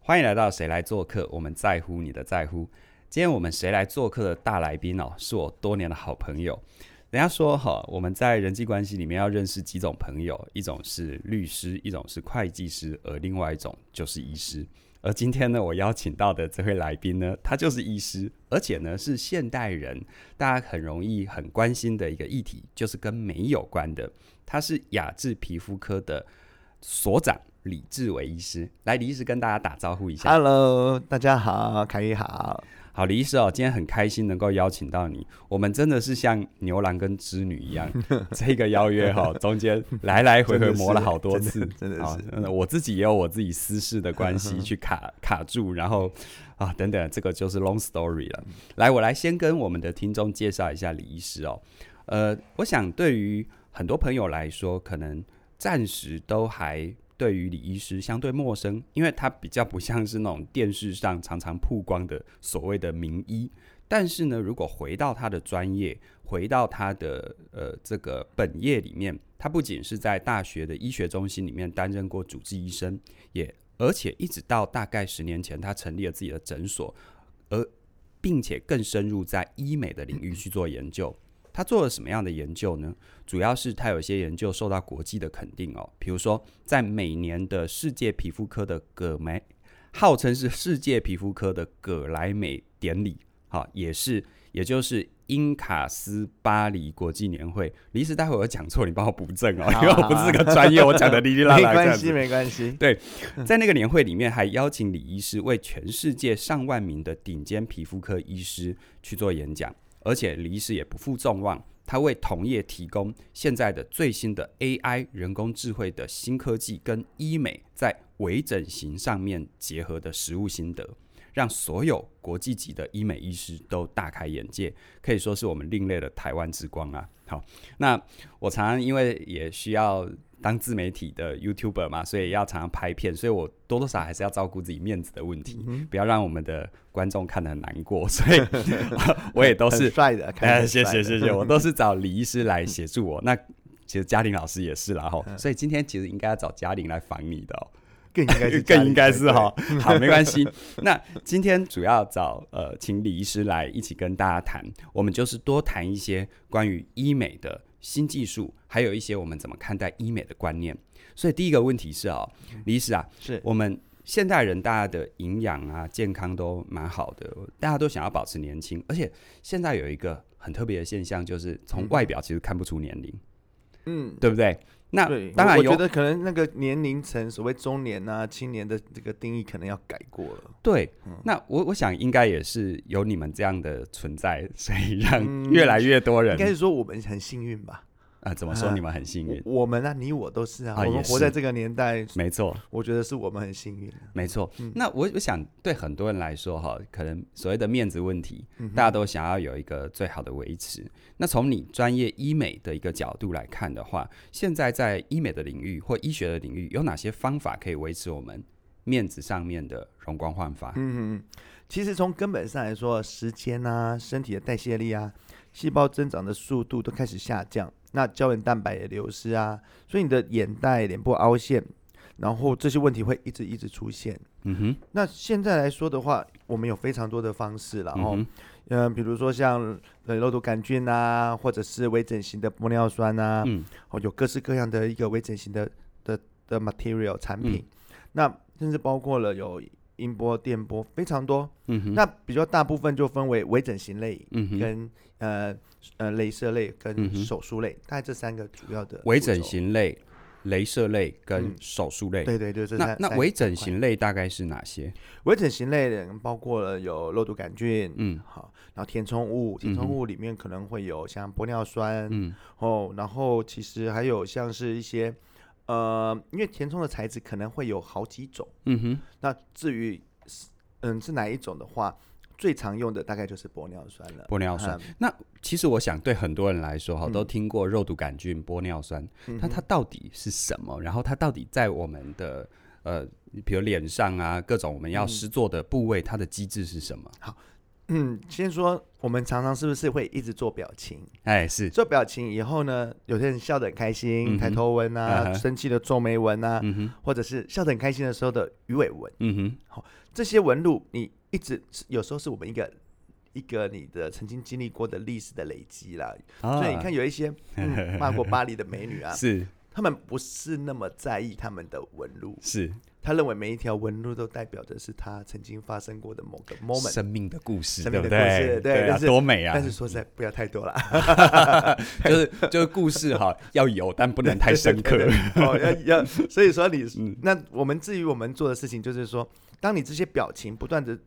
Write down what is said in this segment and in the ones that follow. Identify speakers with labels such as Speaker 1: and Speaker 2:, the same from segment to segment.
Speaker 1: 欢迎来到谁来做客？我们在乎你的在乎。今天我们谁来做客的大来宾哦，是我多年的好朋友。人家说哈、我们在人际关系里面要认识几种朋友，一种是律师，一种是会计师，而另外一种就是医师。而今天呢，我邀请到的这位来宾呢，他就是医师，而且呢是现代人大家很容易很关心的一个议题，就是跟美有关的。他是雅致皮肤科的所长李志伟医师，来，李医师跟大家打招呼一下。
Speaker 2: Hello，大家好，凯一好。
Speaker 1: 好，李医师哦，今天很开心能够邀请到你，我们真的是像牛郎跟织女 一样，这个邀约哈、中间来来回回磨了好多次，
Speaker 2: 真的是真的
Speaker 1: 好
Speaker 2: 真的
Speaker 1: 嗯我自己也有我自己私事的关 系去卡卡住，然后啊等等，这个就是 long story 了。来，我来先跟我们的听众介绍一下李医师哦，呃，我想对于很多朋友来说，可能暂时都还对于李医师相对陌生，因为他比较不像是那种电视上常常曝光的所谓的名医。但是呢，如果回到他的专业，回到他的呃这个本业里面，他不仅是在大学的医学中心里面担任过主治医生，也而且一直到大概十年前，他成立了自己的诊所，而并且更深入在医美的领域去做研究。他做了什么样的研究呢？主要是他有一些研究受到国际的肯定哦，比如说在每年的世界皮肤科的葛莱，号称是世界皮肤科的葛莱美典礼，哈、也是也就是英卡斯巴黎国际年会。李医师，待会我讲错，你帮我补正哦，
Speaker 2: 好啊
Speaker 1: 因为我不是个专业，我讲的哩哩啦
Speaker 2: 没
Speaker 1: 啦 这样
Speaker 2: 关
Speaker 1: 子
Speaker 2: 系，。啊没关系。
Speaker 1: 在那个年会里面，还邀请李医师为全世界上万名的顶尖皮肤科医师去做演讲，而且李医师也不负众望，他为同业提供现在的最新的 AI 人工智慧的新科技跟医美在微整形上面结合的实物心得。让所有国际级的医美医师都大开眼界，可以说是我们另类的台湾之光啊！好，那我常常因为也需要当自媒体的 YouTuber 嘛，所以要常常拍片，所以我多多少少还是要照顾自己面子的问题，不要让我们的观众看得很难过，所以 我也都
Speaker 2: 很
Speaker 1: 是
Speaker 2: 帅的，凯
Speaker 1: 哎，
Speaker 2: 很
Speaker 1: 谢
Speaker 2: 帅
Speaker 1: 谢
Speaker 2: 的
Speaker 1: 谢谢，我都是找李医师来协助我。那其实嘉玲老师也是啦哈，所以今天其实应该要找嘉玲来访你的、哦，
Speaker 2: 更应该 是
Speaker 1: 更应该是
Speaker 2: 哈
Speaker 1: 哈。。好，没关系。那今天主要找呃，请李医师来一起跟大家谈，我们就是多谈一些关于医美的新技术，还有一些我们怎么看待医美的观念。所以第一个问题是哦，李医师啊，
Speaker 2: 是
Speaker 1: 我们现代人大家的营养啊、健康都蛮好的，大家都想要保持年轻，而且现在有一个很特别的现象，就是从外表其实看不出年龄，
Speaker 2: 嗯，
Speaker 1: 对不对？那
Speaker 2: 对，
Speaker 1: 当然
Speaker 2: 我我
Speaker 1: 有
Speaker 2: 觉得可能那个年龄层，所谓中年啊、青年的这个定义，可能要改过了。
Speaker 1: 对，
Speaker 2: 嗯
Speaker 1: 那我我想应该也是有你们这样的存在，所以让
Speaker 2: 嗯
Speaker 1: 越来越多人
Speaker 2: 应
Speaker 1: 啊、
Speaker 2: 该是说我们很幸运吧？
Speaker 1: 怎么说你们很幸运？
Speaker 2: 我我们啊，你我都是啊，
Speaker 1: 嗯啊
Speaker 2: 我
Speaker 1: 也
Speaker 2: 们
Speaker 1: 是
Speaker 2: 活在这个年代，
Speaker 1: 没错，
Speaker 2: 我觉得是我们很幸运啊。
Speaker 1: 没错。那我我想对很多人来说哈，可能所谓的面子问题，
Speaker 2: 嗯
Speaker 1: 大家都想要有一个最好的维持。那从你专业医美的一个角度来看的话，现在在医美的领域或医学的领域，有哪些方法可以维持我们面子上面的容光焕发？
Speaker 2: 嗯，嗯嗯，其实从根本上来说，时间啊、身体的代谢力啊、细胞增长的速度都开始下降，那胶原蛋白也流失啊，所以你的眼袋、脸部凹陷，然后这些问题会一直一直出现。
Speaker 1: 嗯哼，
Speaker 2: 那现在来说的话，我们有非常多的方式了
Speaker 1: 嗯
Speaker 2: 哦，
Speaker 1: 哼，
Speaker 2: 嗯、比如说像呃肉毒杆菌啊，或者是微整形的玻尿酸啊，
Speaker 1: 嗯
Speaker 2: 哦，有各式各样的一个微整形的的的 material 产品，
Speaker 1: 嗯
Speaker 2: 那甚至包括了有音波、电波，非常多。
Speaker 1: 嗯哼，
Speaker 2: 那比较大部分就分为微整形类
Speaker 1: 嗯哼。
Speaker 2: 跟、呃呃镭射类
Speaker 1: 嗯
Speaker 2: 跟
Speaker 1: 哼
Speaker 2: 手术类，大概这三个主要的
Speaker 1: 微
Speaker 2: 步
Speaker 1: 整
Speaker 2: 骤。
Speaker 1: 形类、镭射类跟
Speaker 2: 嗯
Speaker 1: 手术类。
Speaker 2: 对对对，这
Speaker 1: 那
Speaker 2: 三
Speaker 1: 那
Speaker 2: 三
Speaker 1: 微
Speaker 2: 三
Speaker 1: 整
Speaker 2: 块
Speaker 1: 形类大概是哪些？
Speaker 2: 微整形类的包括了有肉毒杆菌，
Speaker 1: 嗯
Speaker 2: 好，然后填充物，填充
Speaker 1: 嗯哼
Speaker 2: 物里面可能会有像玻尿酸，
Speaker 1: 嗯
Speaker 2: 哦，然后其实还有像是一些呃，因为填充的材质可能会有好几种，
Speaker 1: 嗯哼
Speaker 2: 那至于是嗯是哪一种的话，最常用的大概就是玻尿酸了。
Speaker 1: 玻尿酸
Speaker 2: 嗯，
Speaker 1: 其实我想对很多人来说哈，
Speaker 2: 嗯
Speaker 1: 都听过肉毒杆菌、玻尿酸，
Speaker 2: 嗯
Speaker 1: 它它到底是什么？然后它到底在我们的呃，比如脸上啊，各种我们要
Speaker 2: 嗯
Speaker 1: 施作的部位，它的机制是什么？
Speaker 2: 嗯，先说我们常常是不是会一直做表情？
Speaker 1: 哎，是，
Speaker 2: 做表情以后呢，有些人笑得很开
Speaker 1: 嗯
Speaker 2: 心，
Speaker 1: 哼
Speaker 2: 抬头纹
Speaker 1: 啊
Speaker 2: 啊，
Speaker 1: 哈
Speaker 2: 生气的皱眉纹啊，
Speaker 1: 嗯哼，
Speaker 2: 或者是笑得很开心的时候的鱼尾纹，
Speaker 1: 嗯哼，
Speaker 2: 这些纹路，你一直有时候是我们一个一个你的曾经经历过的历史的累积啦。
Speaker 1: 啊
Speaker 2: 所以你看，有一些、 嗯、法国巴黎的美女啊，
Speaker 1: 是
Speaker 2: 她们不是那么在意她们的纹路，
Speaker 1: 是
Speaker 2: 她认为每一条纹路都代表的是她曾经发生过的某个
Speaker 1: 啊
Speaker 2: moment。
Speaker 1: 生命的故事，
Speaker 2: 生
Speaker 1: 对
Speaker 2: 命
Speaker 1: 不
Speaker 2: 的
Speaker 1: 对？
Speaker 2: 故事对
Speaker 1: 啊，
Speaker 2: 但是
Speaker 1: 多美啊！
Speaker 2: 但是说实在，不要太多啦，
Speaker 1: 就是就是故事哈，要有，但不能太深刻。
Speaker 2: 哦，要要，所以说你、
Speaker 1: 嗯
Speaker 2: 那我们至于我们做的事情，就是说，当你这些表情不断的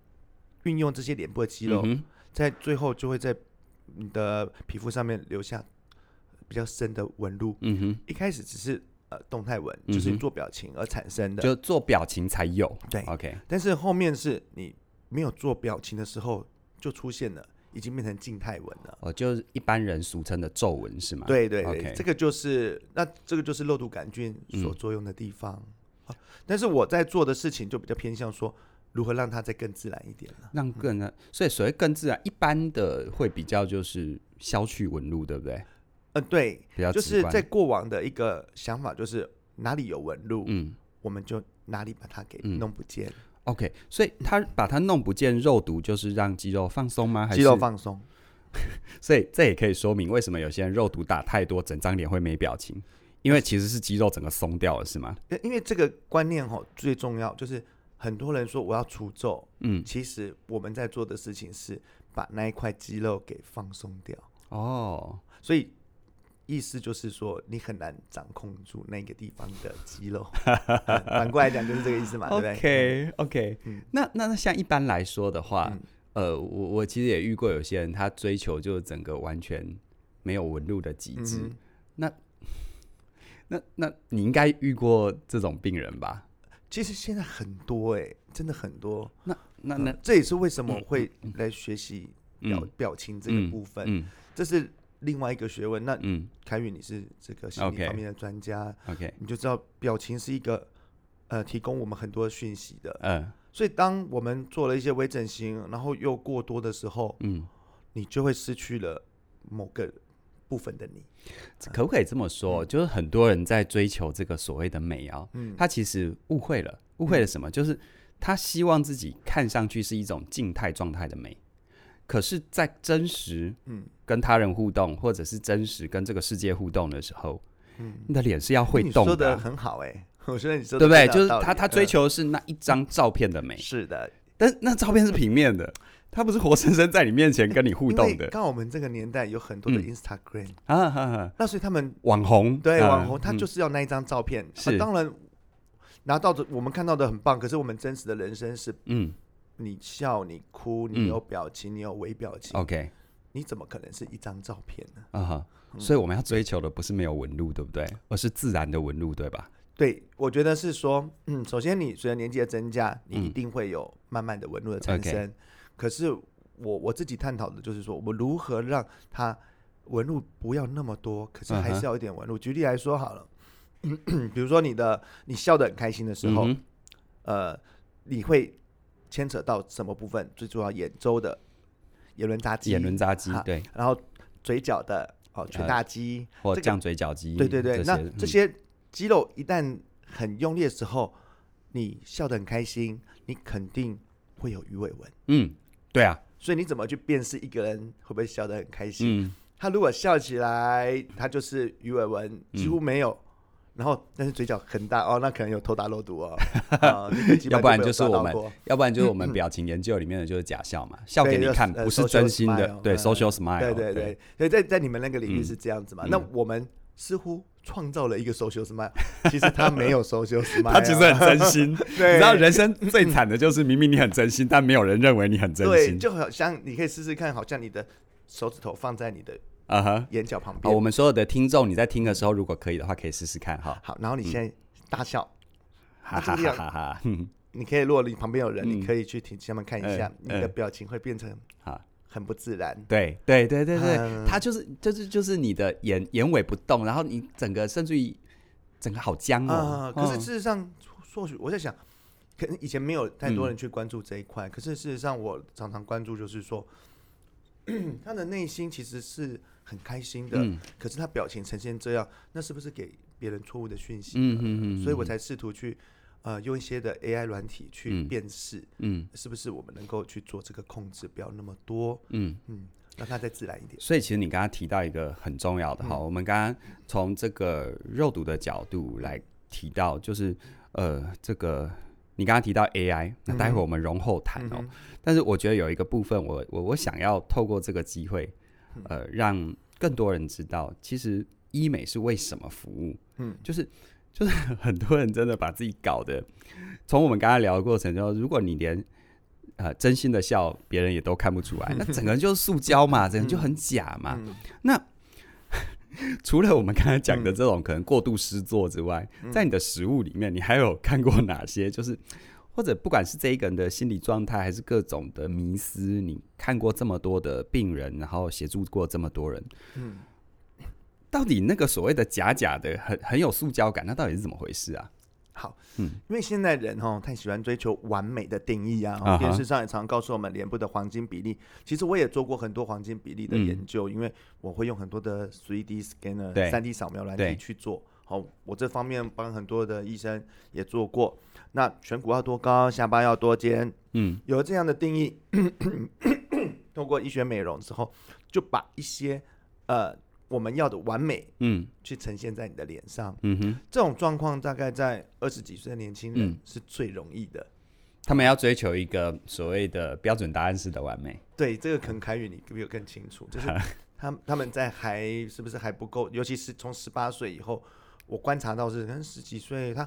Speaker 2: 运用这些脸部的肌肉，
Speaker 1: 嗯哼
Speaker 2: 在最后就会在你的皮肤上面留下比较深的纹路。
Speaker 1: 嗯哼，
Speaker 2: 一开始只是呃动态纹，就
Speaker 1: 嗯
Speaker 2: 是你
Speaker 1: 哼
Speaker 2: 做表情而产生的，
Speaker 1: 就做表情才有。
Speaker 2: 对
Speaker 1: ，OK，
Speaker 2: 但是后面是你没有做表情的时候就出现了，已经变成静态纹了。
Speaker 1: 哦，就是一般人俗称的皱纹是吗？，
Speaker 2: 对对对
Speaker 1: OK
Speaker 2: 这个就是那这个就是肉毒杆菌所作用的地方、
Speaker 1: 嗯
Speaker 2: 啊但是我在做的事情就比较偏向说如何让它再更自然一点了。
Speaker 1: 让更呢，所以所谓更自然，一般的会比较就是消去纹路，对不对？
Speaker 2: 呃，对，
Speaker 1: 比较
Speaker 2: 就是
Speaker 1: 直观
Speaker 2: 在过往的一个想法就是哪里有纹路，
Speaker 1: 嗯。
Speaker 2: 我们就哪里把它给
Speaker 1: 嗯
Speaker 2: 弄不见，
Speaker 1: OK，所以他把它弄不见肉毒，就是让肌肉放松吗？还是
Speaker 2: 嗯肌肉？放松。
Speaker 1: 所以这也可以说明为什么有些人肉毒打太多，整张脸会没表情，因为其实是肌肉整个松掉了，是吗？
Speaker 2: 呃因为这个观念哈最重要，就是很多人说我要除皱，
Speaker 1: 嗯，
Speaker 2: 其实我们在做的事情是把那一块肌肉给放松掉，
Speaker 1: 哦，
Speaker 2: 所以意思就是说你很难掌控住那个地方的肌 肉。嗯反过来讲就是这个意思嘛，对不对
Speaker 1: OK 哦 OK，、
Speaker 2: 嗯
Speaker 1: 那那那像一般来说的话，
Speaker 2: 嗯
Speaker 1: 呃，我我其实也遇过有些人，他追求就是整个完全没有纹路的极
Speaker 2: 嗯
Speaker 1: 致。
Speaker 2: 哼
Speaker 1: 那那你应该遇过这种病人吧？
Speaker 2: 其实现在很多哎、真的很多。
Speaker 1: 那
Speaker 2: 嗯
Speaker 1: 那
Speaker 2: 这也是为什么我会来学习表、
Speaker 1: 嗯
Speaker 2: 表情这个部分，
Speaker 1: 嗯
Speaker 2: 这是另外一个学问。那
Speaker 1: 嗯
Speaker 2: 凯宇，你是这个心理
Speaker 1: OK
Speaker 2: 方面的专家
Speaker 1: OK，
Speaker 2: 你就知道表情是一个呃提供我们很多讯息的。
Speaker 1: 呃
Speaker 2: 所以当我们做了一些微整形，然后又过多的时候，
Speaker 1: 嗯，
Speaker 2: 你就会失去了某个部分的你。
Speaker 1: 可不可以这么说？就是很多人在追求这个所谓的美啊，
Speaker 2: 嗯，
Speaker 1: 他其实误会了，误会了什么？就是他希望自己看上去是一种静态状态的美，可是，在真实
Speaker 2: 嗯
Speaker 1: 跟他人互动，或者是真实跟这个世界互动的时候，
Speaker 2: 嗯，
Speaker 1: 你的脸是要会
Speaker 2: 你
Speaker 1: 动
Speaker 2: 说
Speaker 1: 的
Speaker 2: 的
Speaker 1: 啊、
Speaker 2: 很好哎、 我觉得你说
Speaker 1: 对
Speaker 2: 的
Speaker 1: 不对？
Speaker 2: 非常
Speaker 1: 就
Speaker 2: 有
Speaker 1: 是
Speaker 2: 道理
Speaker 1: 他他追、求的是那一张照片的美
Speaker 2: 嗯，是的，
Speaker 1: 但是那照片是平面的，他不是活生生在你面前跟你互
Speaker 2: 因
Speaker 1: 动
Speaker 2: 为
Speaker 1: 的
Speaker 2: 刚好我们这个年代有很多的
Speaker 1: 嗯
Speaker 2: Instagram，、
Speaker 1: 啊哈哈，
Speaker 2: 那所以他们
Speaker 1: 网红
Speaker 2: 对、
Speaker 1: 啊
Speaker 2: 网红，他
Speaker 1: 嗯
Speaker 2: 就是要那一张照片。啊
Speaker 1: 是
Speaker 2: 当然拿到的我们看到的很棒，可是我们真实的人生是
Speaker 1: 嗯
Speaker 2: 你笑、你哭、
Speaker 1: 嗯哦
Speaker 2: 你有表情、你有微表情，
Speaker 1: OK
Speaker 2: 你怎么可能是一张照片呢？
Speaker 1: 啊哈。
Speaker 2: 嗯
Speaker 1: 所以我们要追求的不是没有纹路，对不对？而是自然的纹路，对吧？
Speaker 2: 对，我觉得是说，嗯，首先你随着年纪的增加，你一
Speaker 1: 嗯
Speaker 2: 定会有慢慢的纹路的产
Speaker 1: OK
Speaker 2: 生。可是我我自己探讨的就是说，我们如何让它纹路不要那么多，可是还
Speaker 1: 嗯哼
Speaker 2: 是要一点纹路。举例来说好了， 比如说你的你笑得很开心的时
Speaker 1: 嗯
Speaker 2: 候，
Speaker 1: 哼
Speaker 2: 呃，你会牵扯到什么部分？最主要眼周的眼轮匝肌，
Speaker 1: 眼轮呃匝肌
Speaker 2: 哈
Speaker 1: 对，
Speaker 2: 然后嘴角的哦全大肌，
Speaker 1: 或
Speaker 2: 这个
Speaker 1: 降嘴角肌，
Speaker 2: 对对对，
Speaker 1: 这
Speaker 2: 那
Speaker 1: 些
Speaker 2: 这
Speaker 1: 嗯
Speaker 2: 些肌肉一旦很用力的时候，你笑得很开心，你肯定会有鱼尾纹。
Speaker 1: 嗯，对啊，
Speaker 2: 所以你怎么去辨识一个人会不会笑得很开心？
Speaker 1: 嗯
Speaker 2: 他如果笑起来，他就是鱼尾纹
Speaker 1: 嗯
Speaker 2: 几乎没有，然后但是嘴角很大哦，那可能有偷打漏毒哦， 啊这个基本
Speaker 1: 要不然
Speaker 2: 没有
Speaker 1: 就是
Speaker 2: 抓到
Speaker 1: 我们
Speaker 2: 过
Speaker 1: 要不然就是我们表情研究里面的就是假笑嘛，笑给
Speaker 2: 对
Speaker 1: 你
Speaker 2: 就
Speaker 1: 看，
Speaker 2: 呃
Speaker 1: 不是
Speaker 2: social
Speaker 1: 真心的，
Speaker 2: smile，
Speaker 1: 对
Speaker 2: 嗯
Speaker 1: ，social smile，
Speaker 2: 对对对，所以在在你们那个领域是这样子嘛？
Speaker 1: 哎嗯
Speaker 2: 那我们似乎创造了一个 social smile，其实他没有 social smile，
Speaker 1: 他其实很真心，你
Speaker 2: 对，
Speaker 1: 知道人生最惨的就是明明你很真心，但没有人认为你很真
Speaker 2: 对，
Speaker 1: 心。
Speaker 2: 就好像你可以试试看，好像你的手指头放在你的
Speaker 1: 啊哈，
Speaker 2: 眼角旁
Speaker 1: 好，
Speaker 2: 边，
Speaker 1: 我们所有的听众，你在听的时候，如果可以的话，可以试试看哈。
Speaker 2: 好，然后你
Speaker 1: 嗯
Speaker 2: 现在大笑，
Speaker 1: 哈哈哈哈哈，嗯哼
Speaker 2: 你可以如果你旁边有
Speaker 1: 嗯
Speaker 2: 人，你可以去挺下面看一下
Speaker 1: 嗯，
Speaker 2: 你的
Speaker 1: 嗯
Speaker 2: 表情会变成
Speaker 1: 好
Speaker 2: 很不自然。
Speaker 1: 对对对对对，
Speaker 2: 嗯
Speaker 1: 他就是就是就是你的眼眼尾不动，然后你整个甚至于整个好僵哦
Speaker 2: 啊，。可是
Speaker 1: 嗯
Speaker 2: 事实上，或许我在想，可能以前没有太多人去关注这一
Speaker 1: 嗯
Speaker 2: 块，可是事实上我常常关注就是说， 他的内心其实是很开心的，
Speaker 1: 嗯
Speaker 2: 可是他表情呈现这样，那是不是给别人错误的讯息？
Speaker 1: 嗯嗯嗯，
Speaker 2: 所以我才试图去呃用一些的 AI 软体去
Speaker 1: 嗯
Speaker 2: 辨识，
Speaker 1: 嗯
Speaker 2: 是不是我们能够去做这个控制，不要那么多，
Speaker 1: 嗯。
Speaker 2: 嗯，让它再自然一点。
Speaker 1: 所以其实你刚刚提到一个很重要的
Speaker 2: 嗯
Speaker 1: 哈，我们刚刚从这个肉毒的角度来提到，就是呃，这个你刚刚提到 AI，那待会我们容后谈哦。
Speaker 2: 嗯
Speaker 1: 但是我觉得有一个部分我，我我想要透过这个机会，
Speaker 2: 嗯
Speaker 1: 呃，让更多人知道，其实医美是为什么服务。
Speaker 2: 嗯，
Speaker 1: 就是 就是很多人真的把自己搞得，从我们刚才聊的过程中，如果你连呃真心的笑，别人也都看不出来，那整个人就是塑胶嘛，整个人就很假嘛。
Speaker 2: 嗯
Speaker 1: 除了我们刚才讲的这种可能过度失作之外，在你的食物里面，你还有看过哪些？就是或者不管是这一个人的心理状态，还是各种的迷思，你看过这么多的病人，然后协助过这么多人，
Speaker 2: 嗯，
Speaker 1: 到底那个所谓的假假的，很很有塑胶感，那到底是怎么回事啊？
Speaker 2: 好，
Speaker 1: 嗯
Speaker 2: 因为现在人哦太喜欢追求完美的定义啊，
Speaker 1: 啊哈
Speaker 2: 哦电视上也常告诉我们脸部的黄金比例。其实我也做过很多黄金比例的
Speaker 1: 嗯
Speaker 2: 研究，因为我会用很多的 3D
Speaker 1: 对
Speaker 2: scanner、3D 扫描软
Speaker 1: 对
Speaker 2: 体去做。好，我这方面帮很多的医生也做过。那颧骨要多高，下巴要多尖，
Speaker 1: 嗯
Speaker 2: 有了这样的定义， 通过医学美容之后，就把一些呃我们要的完美
Speaker 1: 嗯
Speaker 2: 去呈现在你的脸上。
Speaker 1: 嗯哼，
Speaker 2: 这种状况大概在二十几岁的年轻人
Speaker 1: 嗯
Speaker 2: 是最容易的。
Speaker 1: 他们要追求一个所谓的标准答案式的完美。
Speaker 2: 对，这个可能凯宇你比我更清楚， 就是他们他们在还是不是还不够，尤其是从十八岁以后，我观察到是可能十几岁他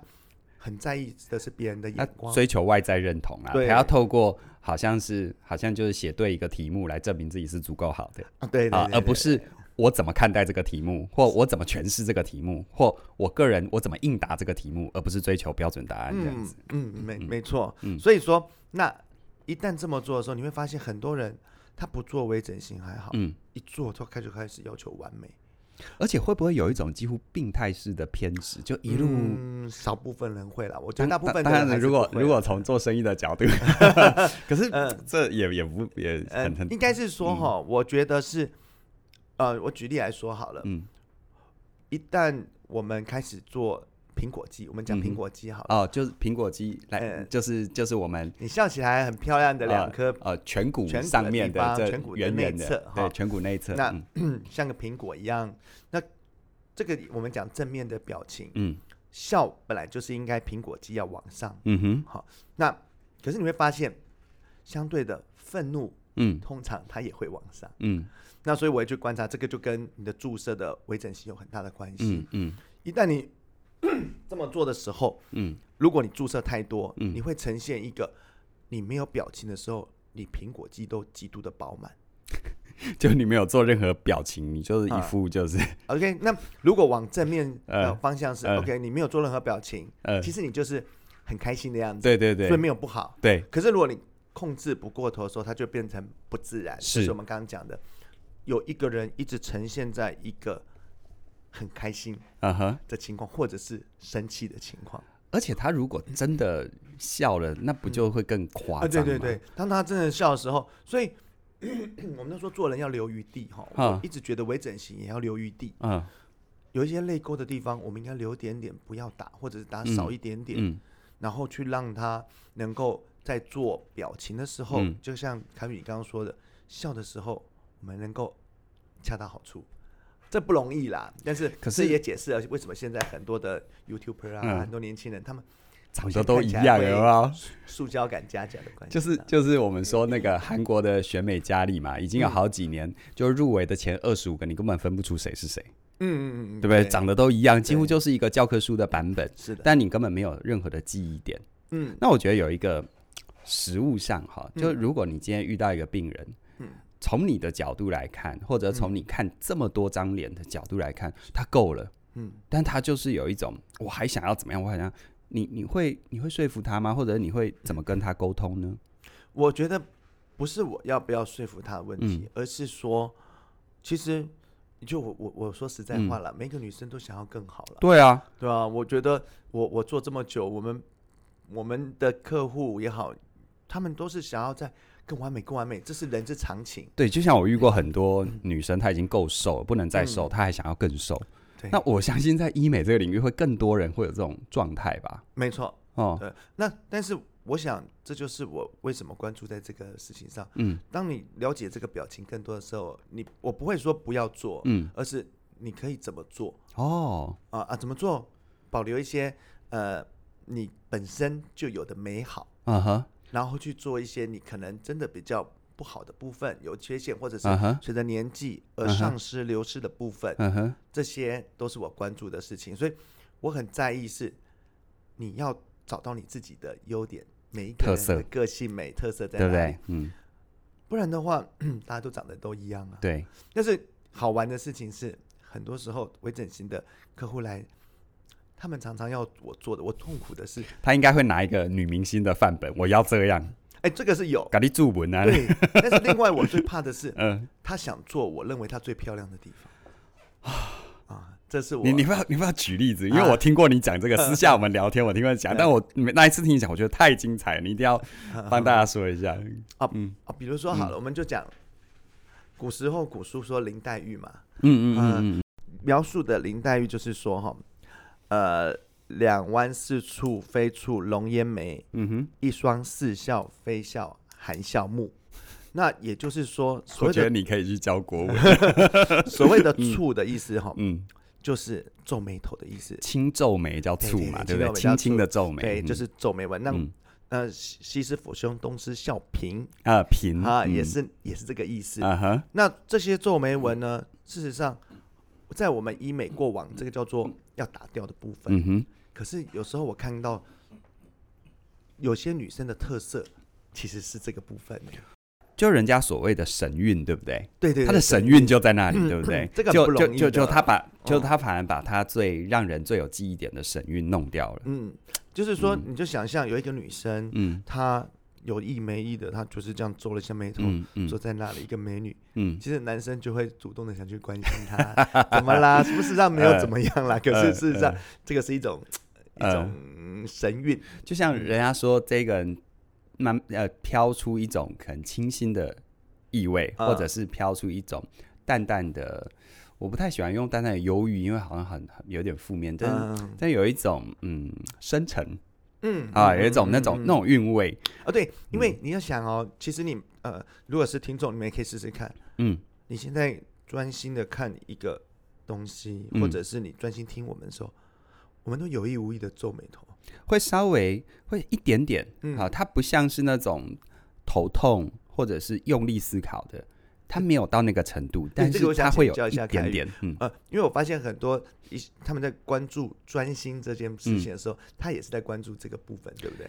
Speaker 2: 很在意的是别人的
Speaker 1: 他
Speaker 2: 眼光。
Speaker 1: 追求外在认同啊，他
Speaker 2: 对
Speaker 1: 要透过好像是好像就是写对一个题目来证明自己是足够好的
Speaker 2: 啊对对
Speaker 1: 啊，
Speaker 2: 对
Speaker 1: 而不
Speaker 2: 对
Speaker 1: 是我怎么看待这个题目，或我怎么诠释这个题目，或我个人我怎么应答这个题目，而不是追求标准答案这样子。
Speaker 2: 嗯，嗯没没错。所以说，那一旦这么做的时候，你会发现很多人他不做微整形还好，
Speaker 1: 嗯，
Speaker 2: 一做就开始开始要求完美。
Speaker 1: 而且会不会有一种几乎病态式的偏执，就一路、
Speaker 2: 嗯，少部分人会啦，我觉
Speaker 1: 当
Speaker 2: 得大部分的
Speaker 1: 当
Speaker 2: 人
Speaker 1: 然
Speaker 2: 还
Speaker 1: 了，
Speaker 2: 是
Speaker 1: 如果
Speaker 2: 不会啊
Speaker 1: 如
Speaker 2: 啦
Speaker 1: 果从做生意的角 度，可是
Speaker 2: 呃
Speaker 1: 这也也不也
Speaker 2: 呃
Speaker 1: 很很，嗯
Speaker 2: 应该是说哈，我觉得是，呃，我举例来说好了，
Speaker 1: 嗯
Speaker 2: 一旦我们开始做苹果肌，我们讲
Speaker 1: 嗯哼
Speaker 2: 苹果肌好了，
Speaker 1: 哦，就是苹果肌来，
Speaker 2: 呃
Speaker 1: 就是就是我们
Speaker 2: 你笑起来很漂亮的两颗，
Speaker 1: 呃颧骨
Speaker 2: 颧骨
Speaker 1: 上
Speaker 2: 的
Speaker 1: 面
Speaker 2: 地方
Speaker 1: 这
Speaker 2: 颧骨的
Speaker 1: 圆
Speaker 2: 内
Speaker 1: 圆
Speaker 2: 侧
Speaker 1: 的，对
Speaker 2: 哈
Speaker 1: 颧骨内侧。
Speaker 2: 那
Speaker 1: 嗯
Speaker 2: 像个苹果一样，那这个我们讲正面的表情，
Speaker 1: 嗯
Speaker 2: 笑本来就是应该苹果肌要往上，
Speaker 1: 嗯哼
Speaker 2: 那可是你会发现，相对的愤怒
Speaker 1: 嗯
Speaker 2: 通常它也会往上，
Speaker 1: 嗯
Speaker 2: 那所以我会去观察这个就跟你的注射的微整形有很大的关系。
Speaker 1: 嗯嗯
Speaker 2: 一旦你 这么做的时候，
Speaker 1: 嗯，
Speaker 2: 如果你注射太多，
Speaker 1: 嗯
Speaker 2: 你会呈现一个你没有表情的时候，你苹果肌都极度的饱满。
Speaker 1: 就你没有做任何表情，你就是一
Speaker 2: 啊
Speaker 1: 副就是
Speaker 2: OK，那如果往正面
Speaker 1: 呃
Speaker 2: 的方向是、
Speaker 1: 呃
Speaker 2: OK，你没有做任何表情，
Speaker 1: 呃，
Speaker 2: 其实你就是很开心的样子，
Speaker 1: 对对
Speaker 2: 所
Speaker 1: 对
Speaker 2: 以没有不好。
Speaker 1: 对，
Speaker 2: 可是如果你控制不过头的时候，它就变成不自然。
Speaker 1: 是
Speaker 2: 就是我们刚刚讲的，有一个人一直呈现在一个很开心
Speaker 1: 嗯哼。
Speaker 2: 的情况，或者是生气的情况。
Speaker 1: 而且他如果真的笑了，那不就会更夸张
Speaker 2: 对
Speaker 1: 吗？
Speaker 2: 啊对对，当他真的笑的时候，所以 我们都说做人要留余地哈。
Speaker 1: 嗯
Speaker 2: 我一直觉得微整形也要留余地，
Speaker 1: 嗯
Speaker 2: 有一些泪沟的地方，我们应该留点点，不要打，或者是打少一点点，
Speaker 1: 嗯
Speaker 2: 然后去让他能够在做表情的时候，
Speaker 1: 嗯
Speaker 2: 就像凯宇刚刚说的，笑的时候我们能够恰到好处。这不容易啦，但是
Speaker 1: 可是
Speaker 2: 这也解释了为什么现在很多的 YouTuber 啊，
Speaker 1: 嗯
Speaker 2: 很多年轻人他们
Speaker 1: 长得都一样，有没 有？
Speaker 2: 塑胶感加加的关系
Speaker 1: 就
Speaker 2: 啊，
Speaker 1: 是就是我们说那个韩国的选美佳丽嘛，已经有
Speaker 2: 嗯
Speaker 1: 好几年，就入围的前二十五个，你根本分不出谁是谁，
Speaker 2: 嗯嗯嗯，
Speaker 1: 对不对？长得都一样，几乎
Speaker 2: 对
Speaker 1: 就是一个教科书的版本，
Speaker 2: 是的，
Speaker 1: 但你根本没有任何的记忆点。
Speaker 2: 嗯
Speaker 1: 那我觉得有一个实物上哈，
Speaker 2: 嗯
Speaker 1: 就如果你今天遇到一个病人，
Speaker 2: 嗯
Speaker 1: 从你的角度来看，或者从你看这么多张脸的角度来看，他够了，
Speaker 2: 嗯，
Speaker 1: 但他就是有一种我还想要怎么样，我好像你你会你会说服他吗？或者你会怎么跟他沟通呢？
Speaker 2: 我觉得不是我要不要说服他的问题，
Speaker 1: 嗯
Speaker 2: 而是说，其实就我我我说实在话了，每个女生都想要更好了，
Speaker 1: 对啊，
Speaker 2: 对啊，我觉得我我做这么久，我们我们的客户也好，他们都是想要在更完美、更完美，这是人之常情。
Speaker 1: 对，就像我遇过很多女生，她已经够瘦了，不能再瘦，她还想要更瘦。
Speaker 2: 嗯对
Speaker 1: 那我相信在医美这个领域，会更多人会有这种状态吧？
Speaker 2: 没错，
Speaker 1: 哦，
Speaker 2: 对。那但是我想，这就是我为什么关注在这个事情上。
Speaker 1: 嗯
Speaker 2: 当你了解这个表情更多的时候，你我不会说不要做，
Speaker 1: 嗯，
Speaker 2: 而是你可以怎么做
Speaker 1: 哦，
Speaker 2: 啊啊，怎么做，保留一些呃你本身就有的美好，
Speaker 1: 嗯哼，
Speaker 2: 然后去做一些你可能真的比较不好的部分、有缺陷，或者是
Speaker 1: 嗯哼，
Speaker 2: 随着年纪而
Speaker 1: 嗯哼
Speaker 2: 丧失、流失的部分，
Speaker 1: 嗯哼，
Speaker 2: 这些都是我关注的事情，所以我很在意是你要找到你自己的优点，每一个
Speaker 1: 特
Speaker 2: 人的
Speaker 1: 色
Speaker 2: 个性美特色在
Speaker 1: 对
Speaker 2: 哪
Speaker 1: 不
Speaker 2: 里，
Speaker 1: 对？嗯，
Speaker 2: 不然的话， 大家都长得都一样啊。
Speaker 1: 对，
Speaker 2: 但是好玩的事情是，很多时候微整形的客户来，他们常常要我做的，我痛苦的是，
Speaker 1: 她应该会拿一个女明星的范本，我要这样，
Speaker 2: 哎、这个 是有
Speaker 1: 咖喱注文啊，
Speaker 2: 对，但是另外我最怕的是，
Speaker 1: 嗯，
Speaker 2: 他想做我认为他最漂亮的地方啊啊，这是我
Speaker 1: 你你不要你不要举例子，因为
Speaker 2: 啊嗯
Speaker 1: 我听过你讲这个，私下我们聊天我听过你讲，但我那一次听你讲，我觉得太精彩了，你一定要 帮大家说一下。嗯
Speaker 2: 啊，比如说好了，我们就讲古时候古书说林黛玉嘛，
Speaker 1: 嗯嗯
Speaker 2: 啊
Speaker 1: 嗯嗯
Speaker 2: 描述的林黛玉就是说哈，呃，两弯似蹙非蹙容烟眉，
Speaker 1: 嗯哼，
Speaker 2: 一双似笑非笑含笑目。那也就是说，所
Speaker 1: 我
Speaker 2: 谓
Speaker 1: 觉得
Speaker 2: 的
Speaker 1: 你可以去教国文，
Speaker 2: 所 谓的蹙的意思哈，
Speaker 1: 嗯，
Speaker 2: 就是皱眉头的意思，
Speaker 1: 轻皱眉叫蹙嘛，对
Speaker 2: 对对对
Speaker 1: 不对？
Speaker 2: 轻皱眉叫
Speaker 1: 轻轻的皱眉，
Speaker 2: 对，
Speaker 1: 嗯
Speaker 2: 就是皱眉纹。那
Speaker 1: 嗯
Speaker 2: 呃，西西施抚胸，东施效颦
Speaker 1: 啊平
Speaker 2: 啊，
Speaker 1: 嗯
Speaker 2: 也是也是这个意思。
Speaker 1: 啊哈，
Speaker 2: 那这些皱眉纹呢，事实上，在我们医美过往，这个叫做要打掉的部分。
Speaker 1: 嗯哼，
Speaker 2: 可是有时候我看到有些女生的特色，其实是这个部分。
Speaker 1: 就人家所谓的神韵，对不对？
Speaker 2: 对对对，嗯
Speaker 1: 他的神韵就在那里，对不对？
Speaker 2: 这个
Speaker 1: 就
Speaker 2: 不容易
Speaker 1: 就
Speaker 2: 的
Speaker 1: 就就他把
Speaker 2: 嗯
Speaker 1: 就他反而把他最让人最有记忆点的神韵弄掉了
Speaker 2: 对，。嗯，就是说，你就想象有一个女生，
Speaker 1: 嗯
Speaker 2: 她有意没意的，她就是这样皱了一下眉头。
Speaker 1: 嗯嗯
Speaker 2: 坐在那里，一个美女，
Speaker 1: 嗯，
Speaker 2: 其实男生就会主动的想去关心她， 怎么啦？是不是让 没有怎么样啦？可是事实上，这个是一种一
Speaker 1: 呃
Speaker 2: 种神韵，
Speaker 1: 就像人家说，这个人慢呃飘出一种可能清新的意味，
Speaker 2: 嗯
Speaker 1: 或者是飘出一种淡淡的，我不太喜欢用淡淡的忧郁，因为好像很很有点负面，但是、
Speaker 2: 嗯
Speaker 1: 但有一种嗯深沉
Speaker 2: 嗯
Speaker 1: 啊，
Speaker 2: 嗯
Speaker 1: 有一种
Speaker 2: 嗯
Speaker 1: 那种、
Speaker 2: 嗯
Speaker 1: 那种嗯韵味，
Speaker 2: 啊，对，因为你要想哦，其实你呃，如果是听众，你们也可以试试看。
Speaker 1: 嗯
Speaker 2: 你现在专心的看一个东西，
Speaker 1: 嗯
Speaker 2: 或者是你专心听我们的时候，我们都有意无意的皱眉头。
Speaker 1: 会稍微会一点点，
Speaker 2: 嗯
Speaker 1: 啊，它不像是那种头痛或者是用力思考的，它没有到那个程度，但
Speaker 2: 这个
Speaker 1: 是
Speaker 2: 我想
Speaker 1: 它会
Speaker 2: 请
Speaker 1: 有
Speaker 2: 教一
Speaker 1: 一
Speaker 2: 下凯
Speaker 1: 点
Speaker 2: 宇
Speaker 1: 点，嗯，
Speaker 2: 呃，因为我发现很多一他们在关注专心这件事情的时候，
Speaker 1: 嗯
Speaker 2: 他也是在关注这个部分，对不对？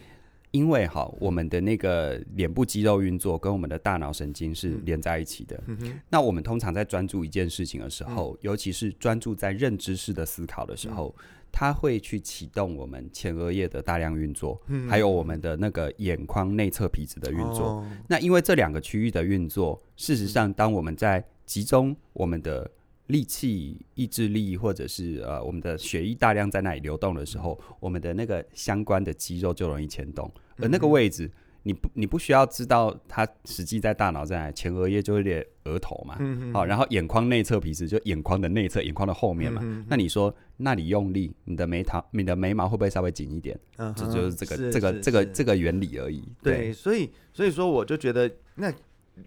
Speaker 1: 因为哈，我们的那个脸部肌肉运作跟我们的大脑神经是连在一起的。
Speaker 2: 嗯哼，
Speaker 1: 那我们通常在专注一件事情的时候，尤其是专注在认知式的思考的时候，
Speaker 2: 嗯
Speaker 1: 它会去启动我们前额叶的大量运作，
Speaker 2: 嗯
Speaker 1: 还有我们的那个眼眶内侧皮质的运作。
Speaker 2: 哦
Speaker 1: 那因为这两个区域的运作，事实上，当我们在集中我们的力气、意志力，或者是呃我们的血液大量在那里流动的时候，我们的那个相关的肌肉就容易牵动，而
Speaker 2: 嗯
Speaker 1: 那个位置。你不，你不需要知道它实际在大脑在哪里，前额叶就是你的额头嘛，好、
Speaker 2: 嗯
Speaker 1: 然后眼眶内侧皮质就眼眶的内侧，眼眶的后面嘛。
Speaker 2: 嗯
Speaker 1: 那你说那里用力，你的眉头、你的眉毛会不会稍微紧一点？
Speaker 2: 嗯
Speaker 1: 这
Speaker 2: 哼
Speaker 1: 就是这个、
Speaker 2: 是
Speaker 1: 这个、
Speaker 2: 是
Speaker 1: 这个、
Speaker 2: 是
Speaker 1: 这个原理而已。
Speaker 2: 对，所以所以说我就觉得，那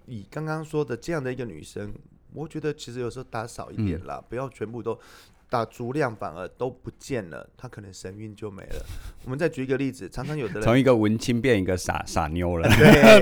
Speaker 2: 你刚刚说的这样的一个女生，我觉得其实有时候打少一
Speaker 1: 嗯
Speaker 2: 点啦，不要全部都打足量，反而都不见了，她可能神韵就没了。我们再举一个例子，常常有的人
Speaker 1: 从一个文青变一个傻傻妞了，
Speaker 2: 对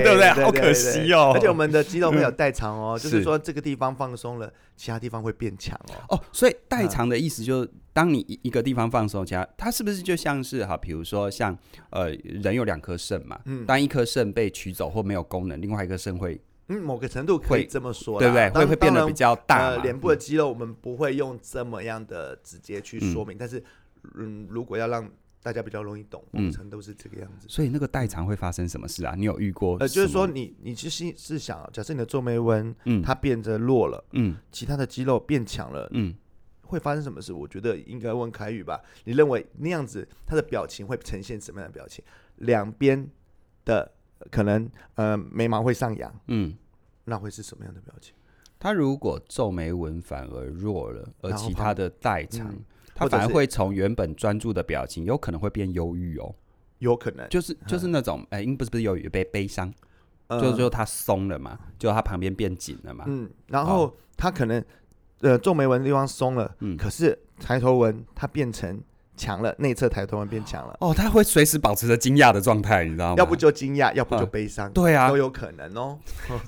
Speaker 1: 对不
Speaker 2: 对？
Speaker 1: 好可惜哦。嗯
Speaker 2: 而且我们的肌肉会有代偿哦，就是是说这个地方放松了，其他地方会变强哦。
Speaker 1: 哦，所以代偿的意思就是，当你一一个地方放松，其他它是不是就像是哈，比如说像呃，人有两颗肾嘛，
Speaker 2: 嗯
Speaker 1: 当一颗肾被取走或没有功能，另外一颗肾会
Speaker 2: 嗯，某个程度可以
Speaker 1: 会
Speaker 2: 这么说啦，
Speaker 1: 对不对？
Speaker 2: 当
Speaker 1: 会会变
Speaker 2: 当
Speaker 1: 得
Speaker 2: 然
Speaker 1: 比较大
Speaker 2: 呃，
Speaker 1: 嘛。嗯
Speaker 2: 脸部的肌肉我们不会用这么样的直接去说明，但是嗯，如果要让大家比较容易懂，
Speaker 1: 嗯
Speaker 2: 某程度是这个样子。
Speaker 1: 所以那个代偿会发生什么事啊？你有遇过？
Speaker 2: 呃，就是说，你你其实是想啊，假设你的皱眉纹
Speaker 1: 嗯
Speaker 2: 它变得弱了，
Speaker 1: 嗯
Speaker 2: 其他的肌肉变强了，
Speaker 1: 嗯，
Speaker 2: 会发生什么事？我觉得应该问凯宇吧。你认为那样子他的表情会呈现什么样的表情？两边的可能呃眉毛会上扬，
Speaker 1: 嗯，
Speaker 2: 那会是什么样的表情？
Speaker 1: 他如果皱眉纹反而弱了，而
Speaker 2: 然后
Speaker 1: 其
Speaker 2: 旁
Speaker 1: 他的代偿，
Speaker 2: 嗯
Speaker 1: 他
Speaker 2: 或者
Speaker 1: 反而
Speaker 2: 是
Speaker 1: 会从原本专注的表情，有可能会变忧郁哦，
Speaker 2: 有可能
Speaker 1: 就是就是那种，哎、不是不是忧郁，悲悲伤，
Speaker 2: 呃
Speaker 1: 就就他松了嘛，就他旁边变紧了嘛，
Speaker 2: 嗯，然
Speaker 1: 好
Speaker 2: 后他可能呃皱眉纹的地方松了，
Speaker 1: 嗯
Speaker 2: 可是抬头纹它变成强了，内侧抬头纹变强了，
Speaker 1: 哦，他会随时保持着惊讶的状态，你知道吗？
Speaker 2: 要不就惊讶，要不就
Speaker 1: 嗯
Speaker 2: 悲伤，
Speaker 1: 对啊
Speaker 2: 都，有可能哦。